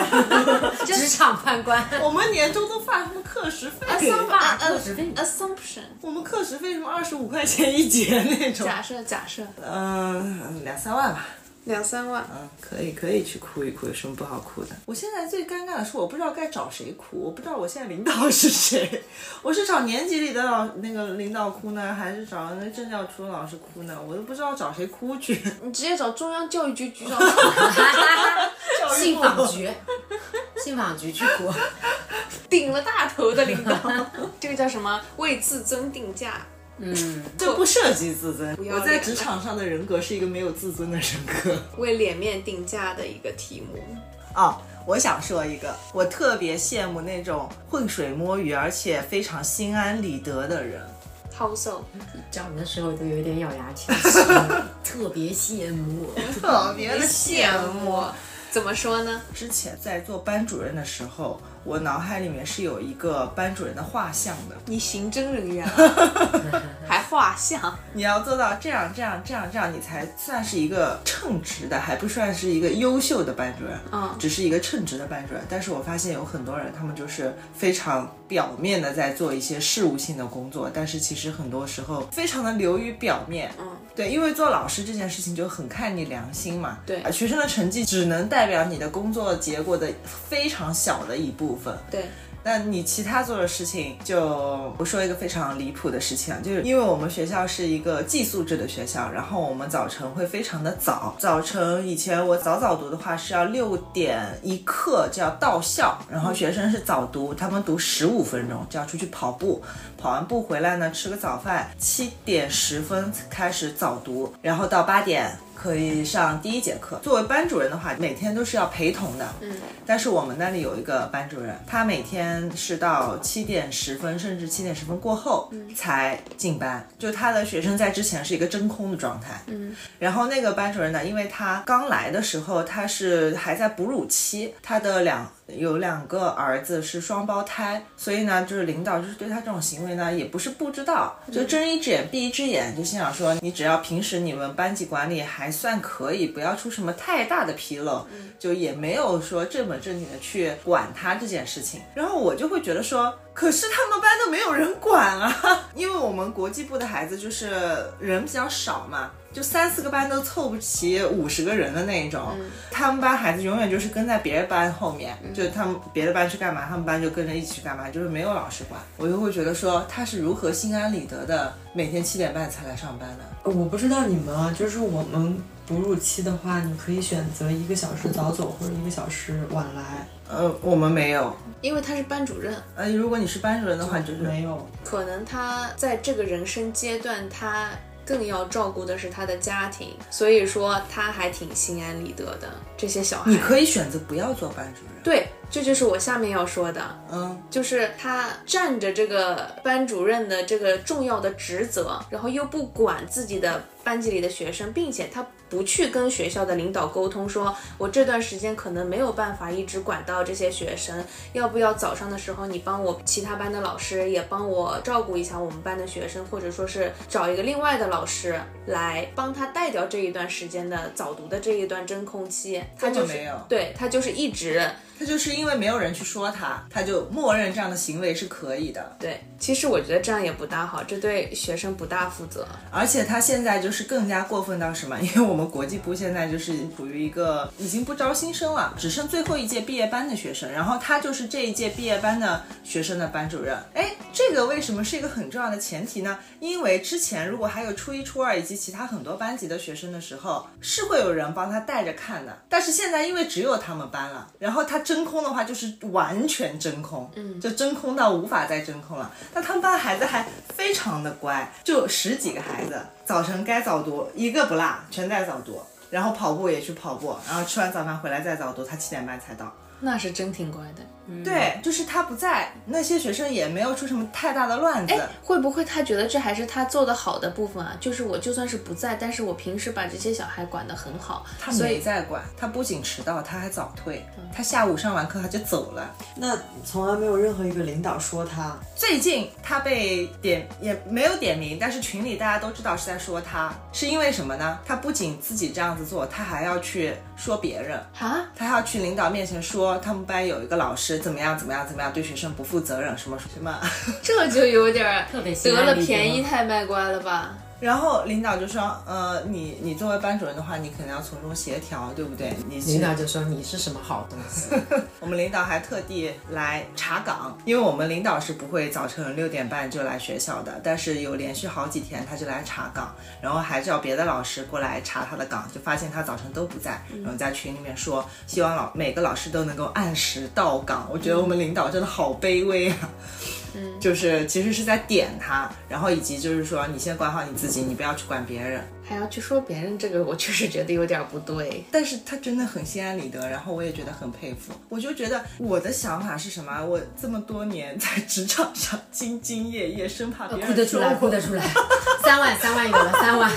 S1: <laughs> 职场判官。
S6: 我们年终都发什么课时费？啊
S1: 三八
S5: 呃
S1: 课时费
S5: assumption
S6: 我们课时费什么二十五块钱一节
S5: <laughs>
S6: 那种，
S5: 假设假设
S6: 嗯，两三万吧。
S5: 两三万，
S6: 嗯，可以可以去哭一哭，有什么不好哭的？我现在最尴尬的是，我不知道该找谁哭，我不知道我现在领 <laughs> 导是谁，我是找年级里的老那个领导哭呢，还是找那政教处老师哭呢？我都不知道找谁哭去。
S5: 你直接找中央教育局局 <laughs> 长。
S1: 信访局，信访局去哭。
S5: 顶了大头的领导， <laughs> 这个叫什么？为自尊定价。
S6: 这不涉及自尊，
S5: 要
S6: 我
S5: 脸
S6: 在职场上的人格是一个没有自尊的人 <laughs> 格。
S5: 为脸面定价的一个题目，
S6: 啊、我想说一个，我特别羡慕那种浑水摸鱼而且非常心安理得的人。
S5: 抛售
S1: 讲的时候都有点咬牙切齿，特别羡慕。
S6: 特别的
S5: 哎羡慕。怎么说呢？
S6: 之前在做班主任的时候，我脑海里面是有一个班主任的画像的。
S5: 你刑侦人员啊 <laughs> 还画像，
S6: 你要做到这样、这样、这样、这样，你才算是一个称职的，还不算是一个优秀的班主任，
S5: 嗯
S6: 只是一个称职的班主任。但是我发现有很多人，他们就是非常表面的在做一些事务性的工作，但是其实很多时候非常的流于表面，
S5: 嗯，
S6: 对，因为做老师这件事情就很看你良心嘛。
S5: 对
S6: 啊学生的成绩只能代表你的工作结果的非常小的一部分。
S5: 对，
S6: 那你其他做的事情，就我说一个非常离谱的事情啊，就是因为我们学校是一个寄宿制的学校，然后我们早晨会非常的早，早晨以前我早早读的话是要六点一刻就要到校，然后学生是早读，他们读十五分钟就要出去跑步，跑完步回来呢吃个早饭，七点十分开始早读，然后到八点。可以上第一节课。作为班主任的话，每天都是要陪同的。嗯，但是我们那里有一个班主任，他每天是到七点十分，甚至七点十分过后才进班，就他的学生在之前是一个真空的状态。嗯，然后那个班主任呢，因为他刚来的时候他是还在哺乳期，他的两。有两个儿子是双胞胎，所以呢，就是领导就是对他这种行为呢，也不是不知道，就睁一只眼闭一只眼，就心想说，你只要平时你们班级管理还算可以，不要出什么太大的纰漏，就也没有说正本正经的去管他这件事情。然后我就会觉得说，可是他们班都没有人管啊，因为我们国际部的孩子就是人比较少嘛。就三四个班都凑不齐五十个人的那一种，他们班孩子永远就是跟在别的班后面，就是他们别的班去干嘛，他们班就跟着一起去干嘛，就是没有老师管。我就会觉得说他是如何心安理得的每天七点半才来上班的。
S2: 我不知道你们啊，就是我们哺乳期的话，你可以选择一个小时早走或者一个小时晚来。
S6: 呃，我们没有。
S5: 因为他是班主任，
S6: 呃，如果你是班主任的话，就是
S2: 没有，
S5: 可能他在这个人生阶段，他更要照顾的是他的家庭，所以说他还挺心安理得的。这些小孩，
S6: 你可以选择不要做班主任。
S5: 对，这就是我下面要说的。
S6: 嗯，
S5: 就是他占着这个班主任的这个重要的职责，然后又不管自己的班级里的学生，并且他不去跟学校的领导沟通说，我这段时间可能没有办法一直管到这些学生，要不要早上的时候你帮我其他班的老师也帮我照顾一下我们班的学生，或者说是找一个另外的老师来帮他带掉这一段时间的早读的这一段真空期，他就
S6: 根本
S5: 是
S6: 没有
S5: 对他就是一直
S6: 他就是因为没有人去说他，他就默认这样的行为是可以的。
S5: 对，其实我觉得这样也不大好，这对学生不大负责。
S6: 而且他现在就是更加过分到什么？因 <laughs> 为我们国际部现在就是处于一个已经不招新生了，只剩最后一届毕业班的学生，然后他就是这一届毕业班的学生的班主任。哎，这个为什么是一个很重要的前提呢？因为之前如果还有初一、初二以及其他很多班级的学生的时候，是会有人帮他带着看的，但是现在因为只有他们班了，然后他真空的话就是完全真空，嗯，就真空到无法再真空了。那他们班孩子还非常的乖，就十几个孩子，早晨该早读一个不落，全在早读，然后跑步也去跑步，然后吃完早饭回来再早读，他七点半才到。
S5: 那是真挺乖的，
S6: 对，就是他不在，那些学生也没有出什么太大的乱子。
S5: 哎会不会他觉得这还是他做的好的部分啊？就是我就算是不在，但是我平时把这些小孩管得很 <laughs> 好，
S6: 他
S5: 所
S6: 没
S5: 以嗯
S6: 在管，他不仅迟到，他还早退，他下午上完课他就走了。
S2: 那从来没有任何一个领导说他，
S6: 最近他被点也没有点名，但是群里大家都知道是在说他，是因为什么呢？他不仅自己这样子做，他还要去说别人，
S5: 啊，
S6: 他还要去领导面前说他们班有一个老师怎么样怎么样怎么样，对学生不负责任什么什么。
S5: 这就有点儿
S1: 特别心
S5: 得
S1: 安
S5: 了
S1: 理得
S5: 便宜太卖乖了吧？
S6: 然后领导就说，呃，你你作为班主任的话，你可能要从中协调，对不对？你是
S1: 领导就说你是什么好东西，
S6: 我们领导还特地来查岗，因为我们领导是不会早晨六点半就来学校的，但是有连续好几天他就来查岗，然后还叫别的老师过来查他的岗，就发现他早晨都不在，然后在群里面说希望老每个老师都能够按时到岗。我觉得我们领导真的好卑微啊。嗯，就是其实是在点他，然后以及就是说你先管好你自己，你不要去管别人。
S5: 还要去说别人这个，我确实觉得有点儿不对。
S6: 但是他真的很心安理得，然后我也觉得很佩服。我就觉得我的想法是什么？我这么多年在职场上兢兢业业，生怕别人
S1: 哭得出来，
S6: 说
S1: 哭
S6: 我
S1: 得出来，三万三万有了，三万，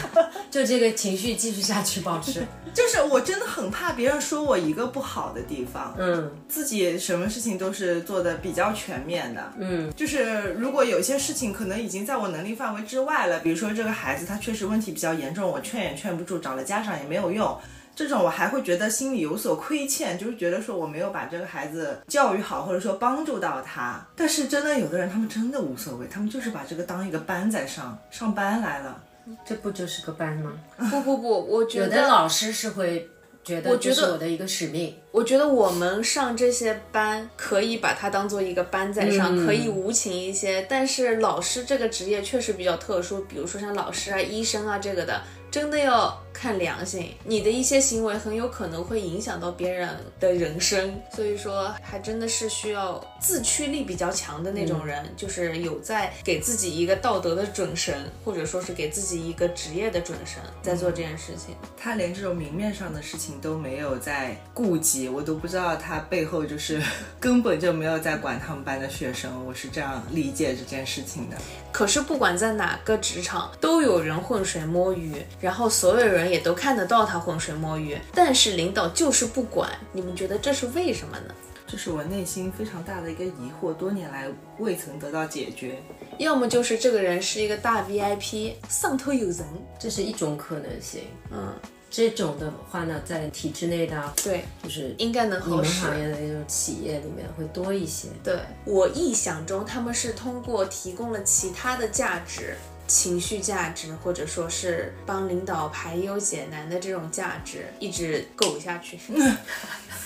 S1: 就这个情绪继续下去，保持，
S6: 就是我真的很怕别人说我一个不好的地方。
S1: 嗯，
S6: 自己什么事情都是做的比较全面的，
S1: 嗯，
S6: 就是如果有些事情可能已经在我能力范围之外了，比如说这个孩子他确实问题比较严重，我劝也劝不住，找了家长也没有用。这种我还会觉得心里有所亏欠，就是觉得说我没有把这个孩子教育好，或者说帮助到他。但是真的有的人，他们真的无所谓，他们就是把这个当一个班在上，上班来了。
S1: 这不就是个班吗？
S5: 不不不，我觉
S1: 有
S5: 得
S1: 的老师是会觉得
S5: 我
S1: 这
S5: 觉得
S1: 是我的一个使命，
S5: 我觉得我们上这些班，可以把它当做一个班在上，
S1: 嗯
S5: 可以无情一些。但是老师这个职业确实比较特殊，比如说像老师啊、医生啊这个的，真的要看良心。你的一些行为很有可能会影响到别人的人生，所以说还真的是需要自驱力比较强的那种人，就是有在给自己一个道德的准绳，或者说是给自己一个职业的准绳，在做这件事情。
S6: 他连这种明面上的事情都没有在顾及，我都不知道他背后就是 <laughs> 根本就没有在管他们班的学生，我是这样理解这件事情的。
S5: 可是不管在哪个职场，都有人浑水摸鱼，然后所有人也都看得到他浑水摸鱼，但是领导就是不管。你们觉得这是为什么呢？
S6: 这是我内心非常大的一个疑惑，多年来未曾得到解决。
S5: 要么就是这个人是一个大 VIP，上头有人。
S1: 这是一种可能性。
S5: 嗯，
S1: 这种的话呢，在体制内的，
S5: 对，
S1: 就是
S5: 应该能
S1: 你
S5: 好
S1: 们
S5: 使。
S1: 行业的那种企业里面会多一些。
S5: 对我臆想中，他们是通过提供了其他的价值。情绪价值，或者说是帮领导排忧解难的这种价值，一直苟下去。 <laughs>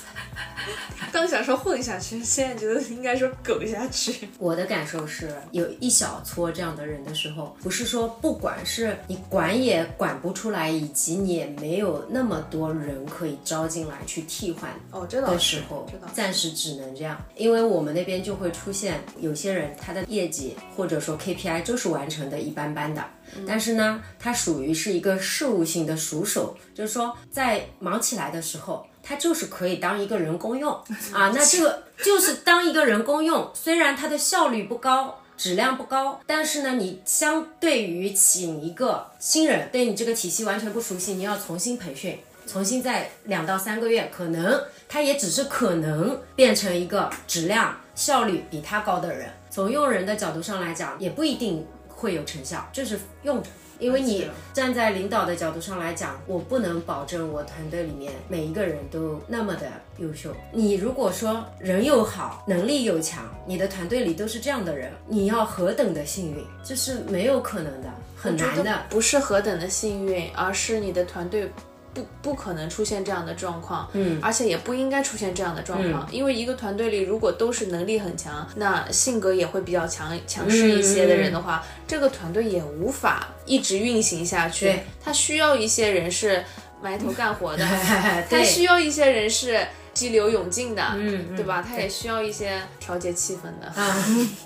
S5: 刚想说混下去，现在觉得应该说苟下去。
S1: 我的感受是，有一小撮这样的人的时候，不是说不管是你管也管不出来，以及你也没有那么多人可以招进来去替换
S5: 哦，这倒
S1: 的
S5: 是
S1: 时候
S5: 这倒，是
S1: 暂时只能这样，因为我们那边就会出现有些人他的业绩或者说 KPI 就是完成的一般般的，但是呢，他属于是一个事务性的熟手，就是说在忙起来的时候。他就是可以当一个人工用啊，那这个就是当一个人工用，虽然它的效率不高，质量不高，但是呢，你相对于请一个新人，对你这个体系完全不熟悉，你要重新培训，重新在两到三个月，可能他也只是可能变成一个质量效率比他高的人。从用人的角度上来讲，也不一定会有成效，这是用着。因为你站在领导的角度上来讲，我不能保证我团队里面每一个人都那么的优秀。你如果说人又好，能力又强，你的团队里都是这样的人，你要何等的幸运，这是没有可能的，很难的。
S5: 不是何等的幸运，而是你的团队不不可能出现这样的状况，嗯，而且也不应该出现这样的状
S1: 嗯
S5: 况，因为一个团队里如果都是能力很强，那性格也会比较强强势
S1: 嗯
S5: 一些的人的话，这个团队也无法一直运行下去
S1: 对，，
S5: 他需要一些人是埋头干活的他
S1: <laughs> 对
S5: 需要一些人是。激流勇进的，
S1: 嗯嗯
S5: 对吧？它也需要一些调节气氛的，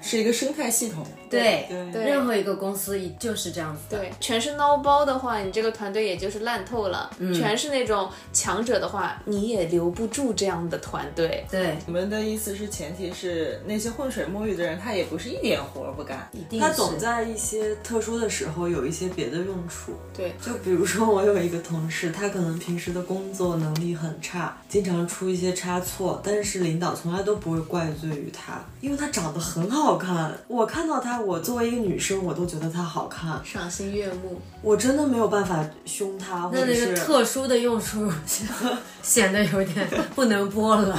S6: 是一个生态系统。
S1: 啊对
S2: 对
S5: 对
S1: 任何一个公司就是这样子的。
S5: 对，全是孬包的话，你这个团队也就是烂透了；全是那种强者的话，你也留不住这样的团队。
S1: 对，
S6: 我们的意思是，前提是那些浑水摸鱼的人，他也不是一点活儿不干。
S1: 一定
S2: 它
S1: 是
S2: 总在一些特殊的时候有一些别的用处。
S5: 对，
S2: 就比如说，我有一个同事，他可能平时的工作能力很差，经常出一些差错，但是领导从来都不会怪罪于他，因为他长得很好看。我看到他，我作为一个女生，我都觉得他好看，
S5: 赏心悦目。
S2: 我真的没有办法凶他，或
S1: 那
S2: 者
S1: 那个
S2: 是
S1: 特殊的用处 <laughs> 显得有点不能播了，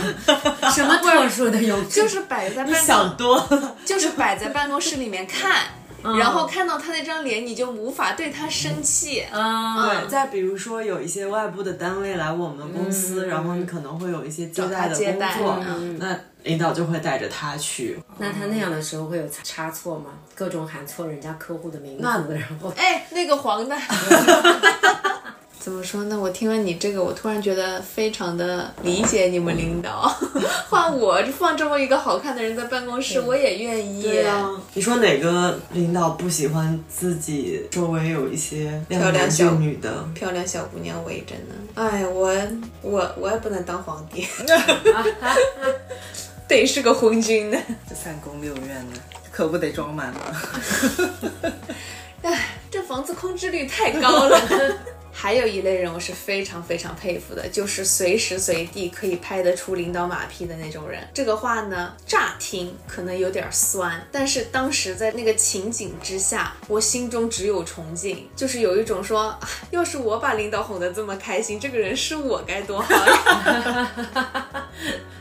S1: 什么特殊的用处？
S5: 就是摆在办公，
S2: 想多了。
S5: 就是嗯摆在办公室里面 <laughs> 看，然后看到他那张脸，你就无法对他生气。
S1: 啊，
S2: 对，再比如说有一些外部的单位来我们公司，然后你可能会有一些接待的
S5: 嗯找他接
S2: 工
S5: 待
S2: 作，
S5: 嗯
S2: 那领导就会带着他去。
S1: 那他那样的时候会有差错吗？各种喊错人家客户的名字，
S2: 那
S1: 然后
S5: 哎，那个黄的。 <laughs> 怎么说呢？我听完你这个，我突然觉得非常的理解你们领导。 <laughs> 换我放这么一个好看的人在办公室，我也愿意。
S2: 对啊，你说哪个领导不喜欢自己周围有一些靓
S5: 漂亮
S2: 男
S5: 小
S2: 俊女的？
S5: 漂亮小姑娘为真呢。哎，我我我也不能当皇 <laughs> 帝，得是个昏君呢。
S6: 这三宫六院的，可不得装满了。
S5: 这房子空置率太高了。 <laughs> 还有一类人，我是非常非常佩服的，就是随时随地可以拍得出领导马屁的那种人。这个话呢，乍听可能有点酸，但是当时在那个情景之下，我心中只有崇敬，就是有一种说，啊要是我把领导哄得这么开心，这个人是我该多好呀。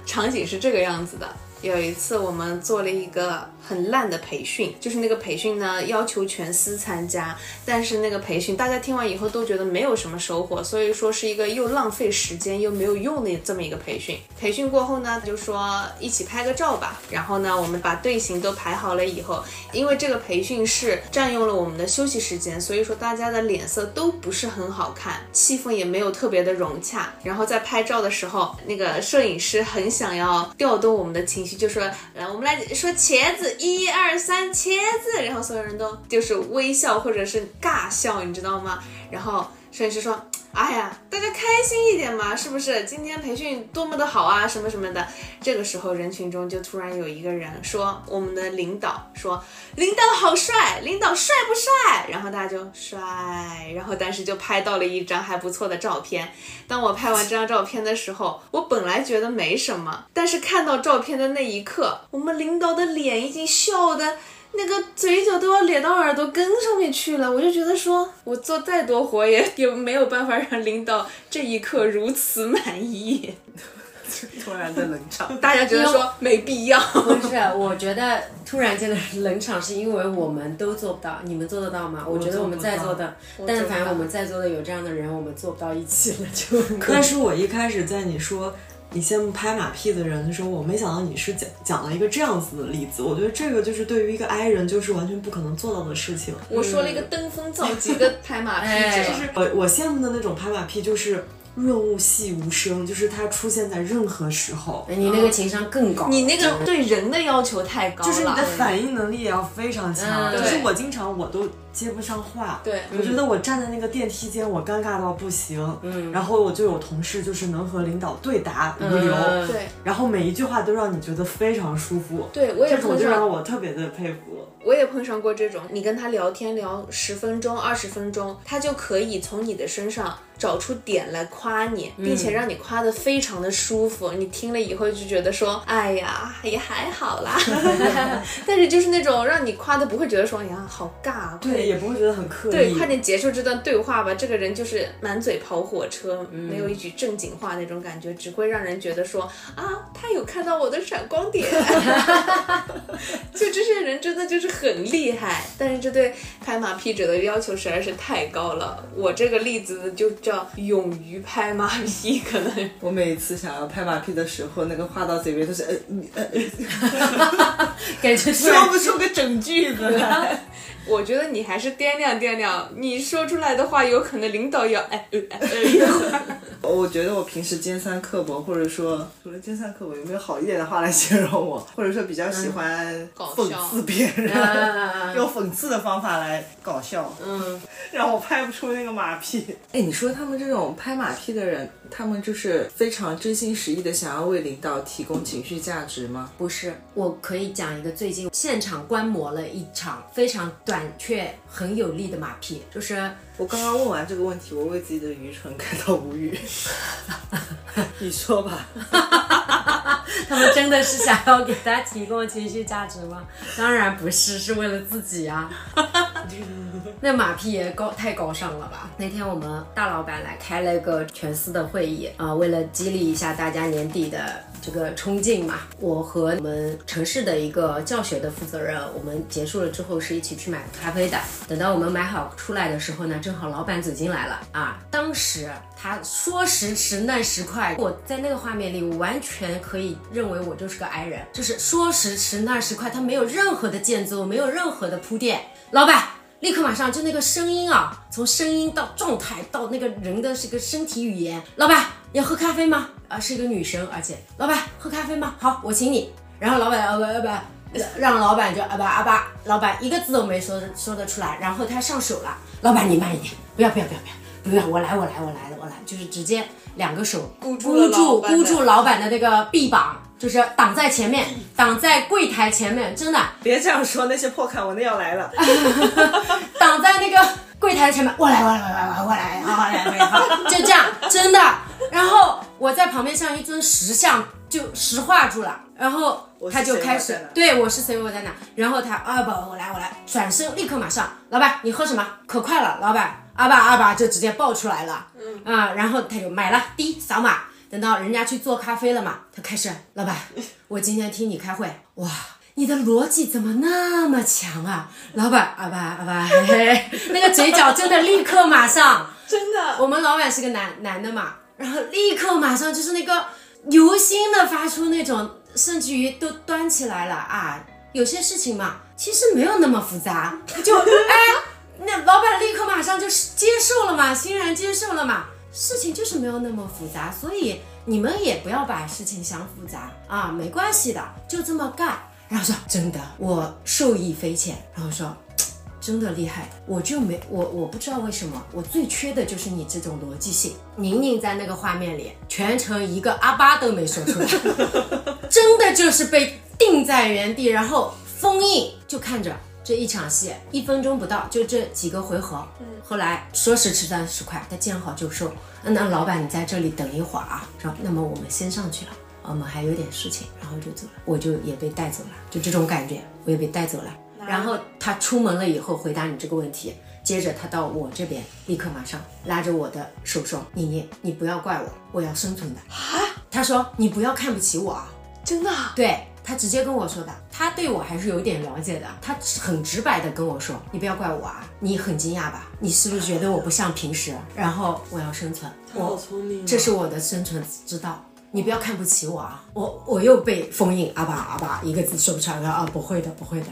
S5: 场景是这个样子的。有一次我们做了一个很烂的培训，就是那个培训呢要求全司参加，但是那个培训大家听完以后都觉得没有什么收获，所以说是一个又浪费时间又没有用的这么一个培训。培训过后呢，就说一起拍个照吧，然后呢我们把队形都排好了以后，因为这个培训是占用了我们的休息时间，所以说大家的脸色都不是很好看，气氛也没有特别的融洽。然后在拍照的时候，那个摄影师很想要调动我们的情绪，就说：“呃来，我们来说茄子，一二三，茄子。”然后所有人都就是微笑或者是尬笑，你知道吗？然后摄影师说。哎呀，大家开心一点嘛，是不是？今天培训多么的好啊，什么什么的。这个时候，人群中就突然有一个人说：“我们的领导说，领导好帅，领导帅不帅？”然后大家就帅，然后当时就拍到了一张还不错的照片。当我拍完这张照片的时候，我本来觉得没什么，但是看到照片的那一刻，我们领导的脸已经笑的。那个嘴角都要咧到耳朵根上面去了，我就觉得说，我做再多活也也没有办法让领导这一刻如此满意。
S6: <laughs>
S5: <laughs>
S6: 突然的冷场，
S5: 大家觉得说没必要，
S1: 不是，我觉得突然间的冷场是因为我们都做不到，你们做得到吗？我觉得我们在座的，但凡我们在座的有这样的人，我们做不到一起了就。
S2: 但是我一开始在你说你羡慕拍马屁的人的时候，我没想到你是讲讲了一个这样子的例子。我觉得这个就是对于一个 I 人，就是完全不可能做到的事情。
S5: 我说了一个登峰造极的拍马屁，
S1: 哎
S5: 这就是
S2: 呃我我羡慕的那种拍马屁就是润物细无声，就是它出现在任何时候。
S5: 哎
S1: 你那个情商更高，
S5: 你那个对人的要求太高了，
S2: 就是你的反应能力也要非常强，
S1: 嗯
S2: 就是
S5: 对
S2: 我经常我都接不上话，
S5: 对
S2: 我觉得我站在那个电梯间，我尴尬到不行，嗯，然后我就有同事就是能和领导对答如流，
S1: 嗯
S5: 对
S2: 然后每一句话都让你觉得非常舒服，
S5: 对，我也
S2: 这种
S5: 碰
S2: 就让
S5: 上，
S2: 我特别的佩服。
S5: 我也碰上过这种，你跟他聊天聊十分钟、二十分钟，他就可以从你的身上找出点来夸你，
S2: 嗯
S5: 并且让你夸的非常的舒服，你听了以后就觉得说，哎呀，也还好啦， <laughs> 但是就是那种让你夸的不会觉得说，哎呀，好尬，快
S2: 对，也不会觉得很刻意。<laughs>
S5: 对，快点结束这段对话吧。这个人就是满嘴跑火车，没有一句正经话那种感觉，只会让人觉得说啊，他有看到我的闪光点。就这些人真的就是很厉害，但是这对拍马屁者的要求实在是太高了。我这个例子就叫勇于拍马屁， <laughs> 可能
S6: 我每次想要拍马屁的时候，那个话到嘴边都是 <laughs> 呃，嗯呃，
S1: 感觉突
S6: 说
S1: 然
S6: 不出个整句子来。
S5: 我觉得你还是掂量掂量，你说出来的话，有可能领导要哎呃哎呃一会儿。
S6: 我觉得我平时尖酸刻薄，或者说除了尖酸刻薄，有没有好一点的话来形容我？或者说比较喜欢
S5: 搞
S6: 讽
S5: 笑
S6: 刺别人，
S1: 啊
S6: <laughs> 用讽刺的方法来搞笑，
S1: 嗯，
S6: <laughs> 让我拍不出那个马屁。哎，你说他们这种拍马屁的人，他们就是非常真心实意的想要为领导提供情绪价值吗？
S1: 不是，我可以讲一个最近现场观摩了一场非常短却很有力的马屁，就是
S6: 我刚刚问完这个问题，我为自己的愚蠢感到无语。 <laughs> 你说吧，
S1: 他们真的是想要给大家提供情绪价值吗？当然不是，是为了自己啊。那马屁也高太高尚了吧？那天我们大老板来开了个全司的会议啊、为了激励一下大家年底的这个冲劲嘛，我和我们城市的一个教学的负责人，我们结束了之后是一起去买咖啡的。等到我们买好出来的时候呢，正好老板走进来了啊。当时他说时迟那时快，我在那个画面里，我完全可以认为我就是个 i 人，就是说时迟那时快，他没有任何的间奏，没有任何的铺垫，老板。立刻马上就那个声音啊，从声音到状态到那个人的这个身体语言。老板，你要喝咖啡吗？啊，是一个女生，而且老板喝咖啡吗？好，我请你。然后老板啊不啊不，让老板就啊吧啊吧，老板一个字都没说说得出来。然后他上手了，老板你慢一点，不要不要不要不要不要，我来我来我来我来，就是直接两个手
S5: 箍住
S1: 箍
S5: 了
S1: 住
S5: 老板的
S1: 箍住老板的那个臂膀，就是挡在前面，挡在柜台前面，真的。
S6: 别这样说，那些破卡文的要来了。 <laughs>
S1: <laughs> 挡在那个柜台前面，我来，我来，我来，我来，我来，我来，我 <laughs> 来，就这样，真的。然后我在旁边像一尊石像，就石化住了。然后
S6: 我是
S1: 他就
S6: 谁
S1: 开
S6: 我
S1: 始
S6: 在哪，
S1: 对我是谁，我在哪。然后他啊不，我来，我来，转身立刻马上，老板你喝什么？可快了，老板阿爸阿爸就直接爆出来了。嗯啊，然后他就买了，滴扫码。等到人家去做咖啡了嘛，他开始，老
S6: <laughs>
S1: 板，我今天听你开会，哇，你的逻辑怎么那么强啊？老板，阿爸阿
S6: <laughs>
S1: 爸，嘿嘿，那个嘴角真的立刻马上，
S5: 真的，
S1: 我们老板是个男男的嘛，然后立刻马上就是那个由心的发出那种，甚至于都端起来了啊。有些事情嘛，其实没有那么复杂，就哎，那老板立刻马上就接受了嘛，欣然接受了嘛。事情就是没有那么复杂，所以你们也不要把事情想复杂啊，没关系的，就这么干。然后说真的，我受益匪浅。然后说真的厉害，我就没我我不知道为什么，我最缺的就是你这种逻辑性。宁宁在那个画面里，全程一个阿巴都没说出来，真的就是被定在原地，然后封印，就看着这一场戏，一分钟不到，就这几个回合。后来说时迟那时快，他见好就收。嗯那老板，你在这里等一会儿啊，然后那么我们先上去了。我们还有点事情，然后就走了，我就也被带走了，就这种感觉，我也被带走了。然后他出门了以后回答你这个问题，接着他到我这边，立刻马上拉着我的手说：“宁宁，你不要怪我，我要生存的。”他说：“你不要看不起我啊。”
S5: 真的啊，
S1: 对他直接跟我说的，他对我还是有点了解的，他很直白的跟我说：“你不要怪我啊，你很惊讶吧？你是不是觉得我不像平时？然后我要生存，
S2: 他好
S1: 我
S2: 聪明、啊，
S1: 这是我的生存之道。你不要看不起我啊！我我又被封印，阿爸阿爸，一个字说不出来了啊！不会的，不会的。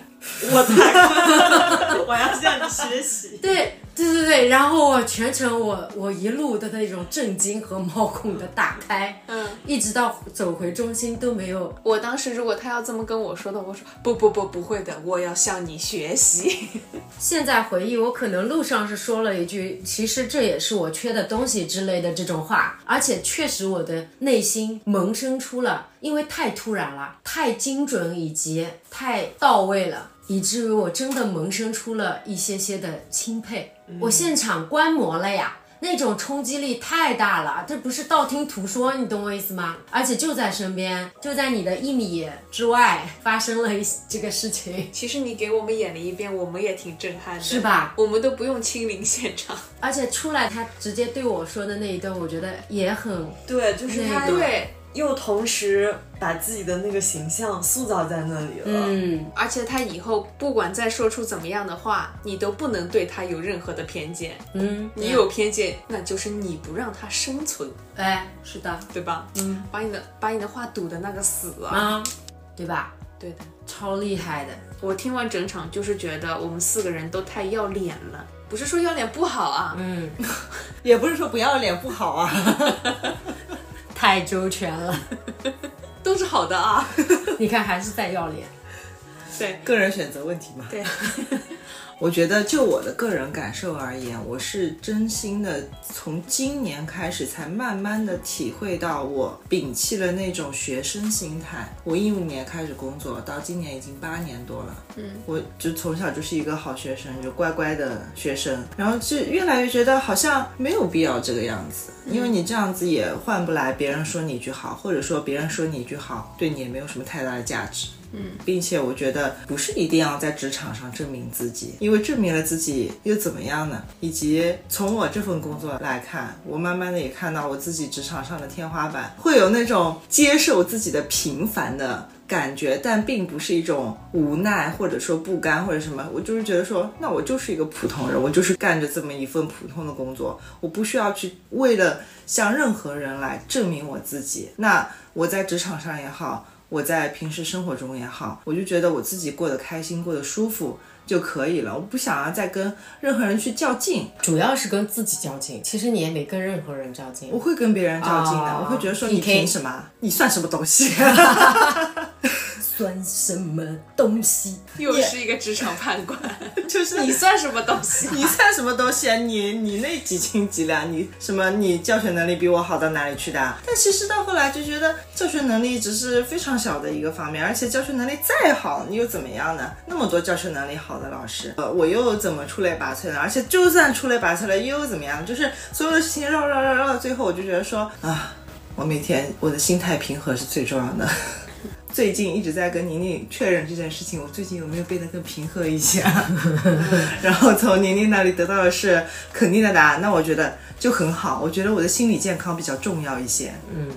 S2: 我太，我要向你学习。
S1: 对对对对，然后我全程我我一路的那种震惊和毛孔的打开，
S5: 嗯，
S1: 一直到走回中心都没有。
S5: 我当时如果他要这么跟我说的，我说不不不，不会的，我要向你学习。 <laughs>
S1: 现在回忆，我可能路上是说了一句，其实这也是我缺的东西之类的这种话，而且确实我的内心萌生出了，因为太突然了，太精准以及太到位了。以至于我真的萌生出了一些些的钦佩，我现场观摩了呀，那种冲击力太大了，这不是道听途说，你懂我意思吗？而且就在身边，就在你的一米之外发生了一这个事情，
S5: 其实你给我们演了一遍，我们也挺震撼的，
S1: 是？吧？
S5: 我们都不用亲临现场，
S1: 而且出来他直接对我说的那一段，我觉得也很
S2: 对，就是他
S1: 那个
S5: 对，
S2: 又同时把自己的那个形象塑造在那里了。
S1: 嗯，
S5: 而且他以后不管再说出怎么样的话，你都不能对他有任何的偏见。
S1: 嗯，
S5: 你有偏见，那就是你不让他生存，
S1: 哎，是的
S5: 对吧？嗯，把你的把你的话堵的那个死啊！
S1: 啊，对吧？
S5: 对的，
S1: 超厉害的。
S5: 我听完整场就是觉得我们四个人都太要脸了，不是说要脸不好啊，
S1: 嗯，
S6: 也不是说不要脸不好啊， <laughs>
S1: 太周全了。
S5: 都是好的啊。
S1: <laughs> 你看，还是在要脸。
S5: 对
S6: 个人选择问题嘛。
S5: 对，
S6: 我觉得就我的个人感受而言，我是真心的，从今年开始才慢慢的体会到，我摒弃了那种学生心态。我一五年开始工作，到今年已经八年多了。嗯，我就从小就是一个好学生，就乖乖的学生，然后就越来越觉得好像没有必要这个样子，因为你这样子也换不来别人说你一句好，或者说别人说你一句好，对你也没有什么太大的价值。并且我觉得不是一定要在职场上证明自己，因为证明了自己又怎么样呢？以及从我这份工作来看，我慢慢的也看到我自己职场上的天花板，会有那种接受自己的平凡的。感觉，但并不是一种无奈，或者说不甘，或者什么。我就是觉得说，那我就是一个普通人，我就是干着这么一份普通的工作，我不需要去为了向任何人来证明我自己。那我在职场上也好，我在平时生活中也好，我就觉得我自己过得开心，过得舒服就可以了。我不想要再跟任何人去较劲，
S1: 主要是跟自己较劲，其实你也没跟任何人较劲
S6: 我。会跟别人较劲的，
S1: 哦
S6: 我会觉得说
S1: PK
S6: 你凭什么？你算什么东西？
S1: 算什么东西？
S5: 又是一个职场判官，
S6: <laughs> 就是
S5: <laughs> 你算什么东西？
S6: 你算什么东西啊？你你那几斤几两？你什么？你教学能力比我好到哪里去的啊？但其实到后来就觉得教学能力只是非常小的一个方面，而且教学能力再好，你又怎么样呢？那么多教学能力好的老师，呃，我又怎么出类拔萃呢？而且就算出类拔萃了，又怎么样？就是所有的事情绕绕绕绕到最后，我就觉得说啊，我每天我的心态平和是最重要的。 <laughs> 最近一直在跟宁宁确认这件事情，我最近有没有变得更平和一些啊？然后从宁宁那里得到的是肯定的答案，那我觉得就很好。我觉得我的心理健康比较重要一些，嗯，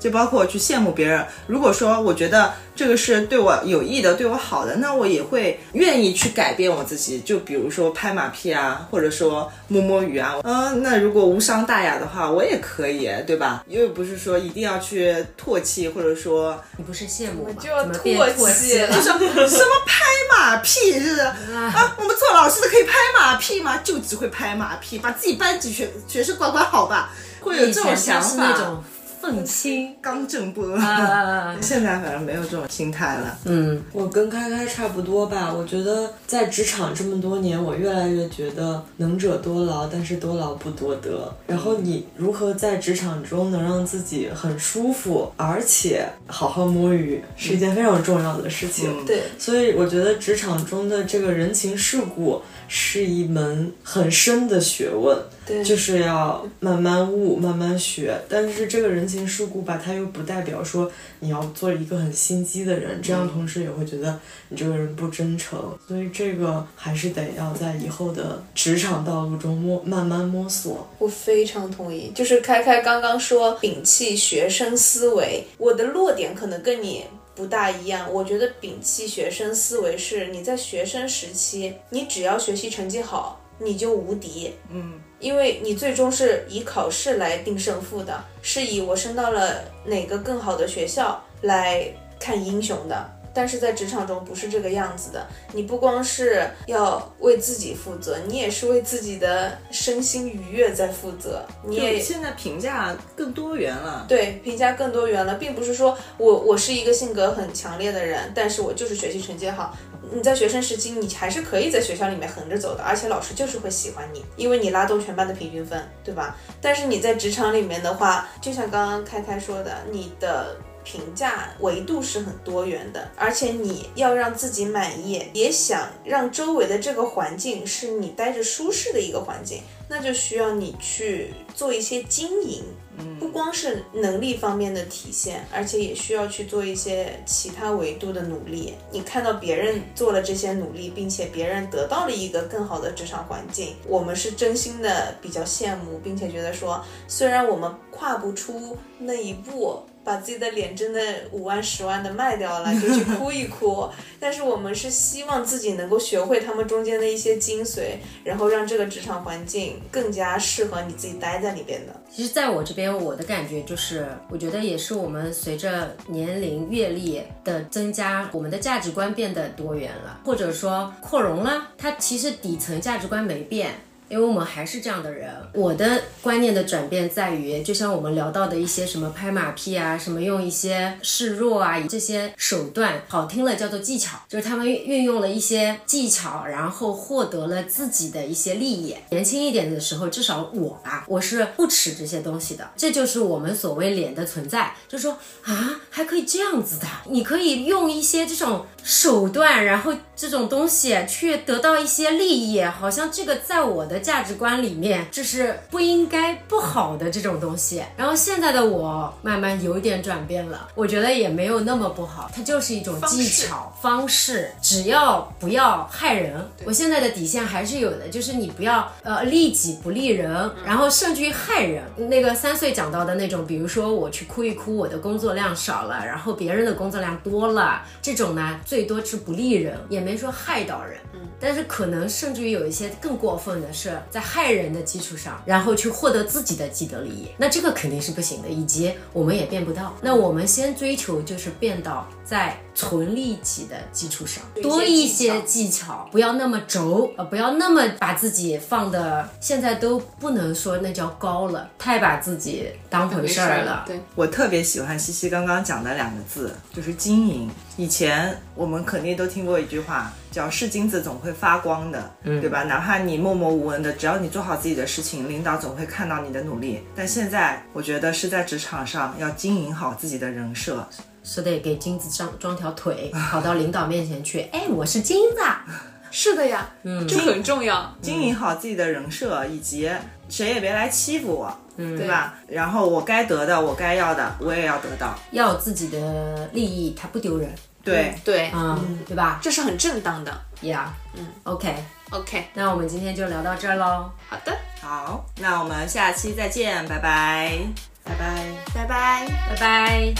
S6: 就包括我去羡慕别人。如果说我觉得这个是对我有益的、对我好的，那我也会愿意去改变我自己。就比如说拍马屁啊，或者说摸摸鱼啊，嗯、那如果无伤大雅的话，我也可以，对吧？因为不是说一定要去唾弃，或者说 <laughs>
S1: 你不是羡慕吗？
S5: 就要
S1: 怎么变
S5: 唾弃
S1: 弃
S5: 了
S1: 了？
S6: 什么什么拍马屁似的 <laughs> 啊！我们做老师的可以拍马屁吗？就只会拍马屁，把自己班级学学生管管好吧。会有
S1: 以
S6: 这
S1: 前
S6: 种
S1: 就是
S6: 想法，
S1: 那种愤青
S6: 刚正不阿。
S1: 啊，
S6: <laughs> 现在反正没有这种心态了。
S1: 嗯，
S2: 我跟开开差不多吧，我觉得在职场这么多年，我越来越觉得能者多劳，但是多劳不多得。然后你如何在职场中能让自己很舒服，而且好好摸鱼，是一件非常重要的事情。
S6: 嗯
S5: 对，
S2: 所以我觉得职场中的这个人情世故是一门很深的学问，
S5: 对
S2: 就是要慢慢悟、慢慢学。但是这个人情世故吧，它又不代表说你要做一个很心机的人，这样同时也会觉得你这个人不真诚。所以这个还是得要在以后的职场道路中摸慢慢摸索。
S5: 我非常同意，就是开开刚刚说摒弃学生思维，我的落点可能跟你不大一样。我觉得摒弃学生思维是你在学生时期，你只要学习成绩好，你就无敌。
S6: 嗯，
S5: 因为你最终是以考试来定胜负的，是以我升到了哪个更好的学校来看英雄的。但是在职场中不是这个样子的，你不光是要为自己负责，你也是为自己的身心愉悦在负责，你
S6: 就
S5: 也
S6: 现在评价更多元了。
S5: 对评价更多元了，并不是说我我是一个性格很强烈的人，但是我就是学习成绩好。你在学生时期，你还是可以在学校里面横着走的，而且老师就是会喜欢你，因为你拉动全班的平均分，对吧？但是你在职场里面的话，就像刚刚开开说的，你的评价维度是很多元的，而且你要让自己满意，也想让周围的这个环境是你待着舒适的一个环境，那就需要你去做一些经营。不光是能力方面的体现，而且也需要去做一些其他维度的努力。你看到别人做了这些努力，并且别人得到了一个更好的职场环境，我们是真心的比较羡慕，并且觉得说，虽然我们跨不出那一步，
S7: 把自己的脸真的五万十万的卖掉了，就去哭一哭。 <laughs> 但是我们是希望自己能够学会他们中间的一些精髓，然后让这个职场环境更加适合你自己待在里边的。
S1: 其实，在我这边，我的感觉就是，我觉得也是我们随着年龄阅历的增加，我们的价值观变得多元了，或者说扩容了。它其实底层价值观没变，因为我们还是这样的人。我的观念的转变在于，就像我们聊到的一些什么拍马屁啊，什么用一些示弱啊这些手段，好听了叫做技巧，就是他们运用了一些技巧，然后获得了自己的一些利益。年轻一点的时候，至少我吧，我是不吃这些东西的。这就是我们所谓脸的存在，就说啊，还可以这样子的，你可以用一些这种手段，然后这种东西去得到一些利益，好像这个在我的价值观里面，这是不应该不好的这种东西。然后现在的我慢慢有一点转变了，我觉得也没有那么不好，它就是一种技巧方式，只要不要害人。我现在的底线还是有的，就是你不要呃利己不利人，然后甚至于害人。那个三岁讲到的那种，比如说我去哭一哭，我的工作量少了，然后别人的工作量多了，这种呢最多是不利人，也没说害到人。但是可能甚至于有一些更过分的是，在害人的基础上，然后去获得自己的既得利益，那这个肯定是不行的，以及我们也变不到。那我们先追求就是变到在纯利己的基础上，多一些技巧，不要那么轴，呃，不要那么把自己放的，现在都不能说那叫高了，太把自己当回事儿了。
S5: 对，
S6: 我特别喜欢西西刚刚讲的两个字，就是经营。以前我们肯定都听过一句话，叫“是金子总会发光的”，对吧？哪怕你默默无闻的，只要你做好自己的事情，领导总会看到你的努力。但现在我觉得是在职场上要经营好自己的人设，
S1: 是得给金子装装条腿，跑到领导面前去，哎，我是金子啊。
S5: 是的呀，嗯，这很重要。
S6: 经营好自己的人设，以及谁也别来欺负我，对吧？然后我该得的，我该要的，我也要得到。
S1: 要有自己的利益，他不丢人，
S6: 对，
S5: 对，
S1: 嗯，对吧
S5: 这是很正当的。
S1: ？Yeah，嗯，OK，
S5: OK，
S1: 那我们今天就聊到这儿喽。
S5: 好的，
S6: 好，那我们下期再见，拜拜，拜拜。
S5: 拜拜。
S1: 拜拜。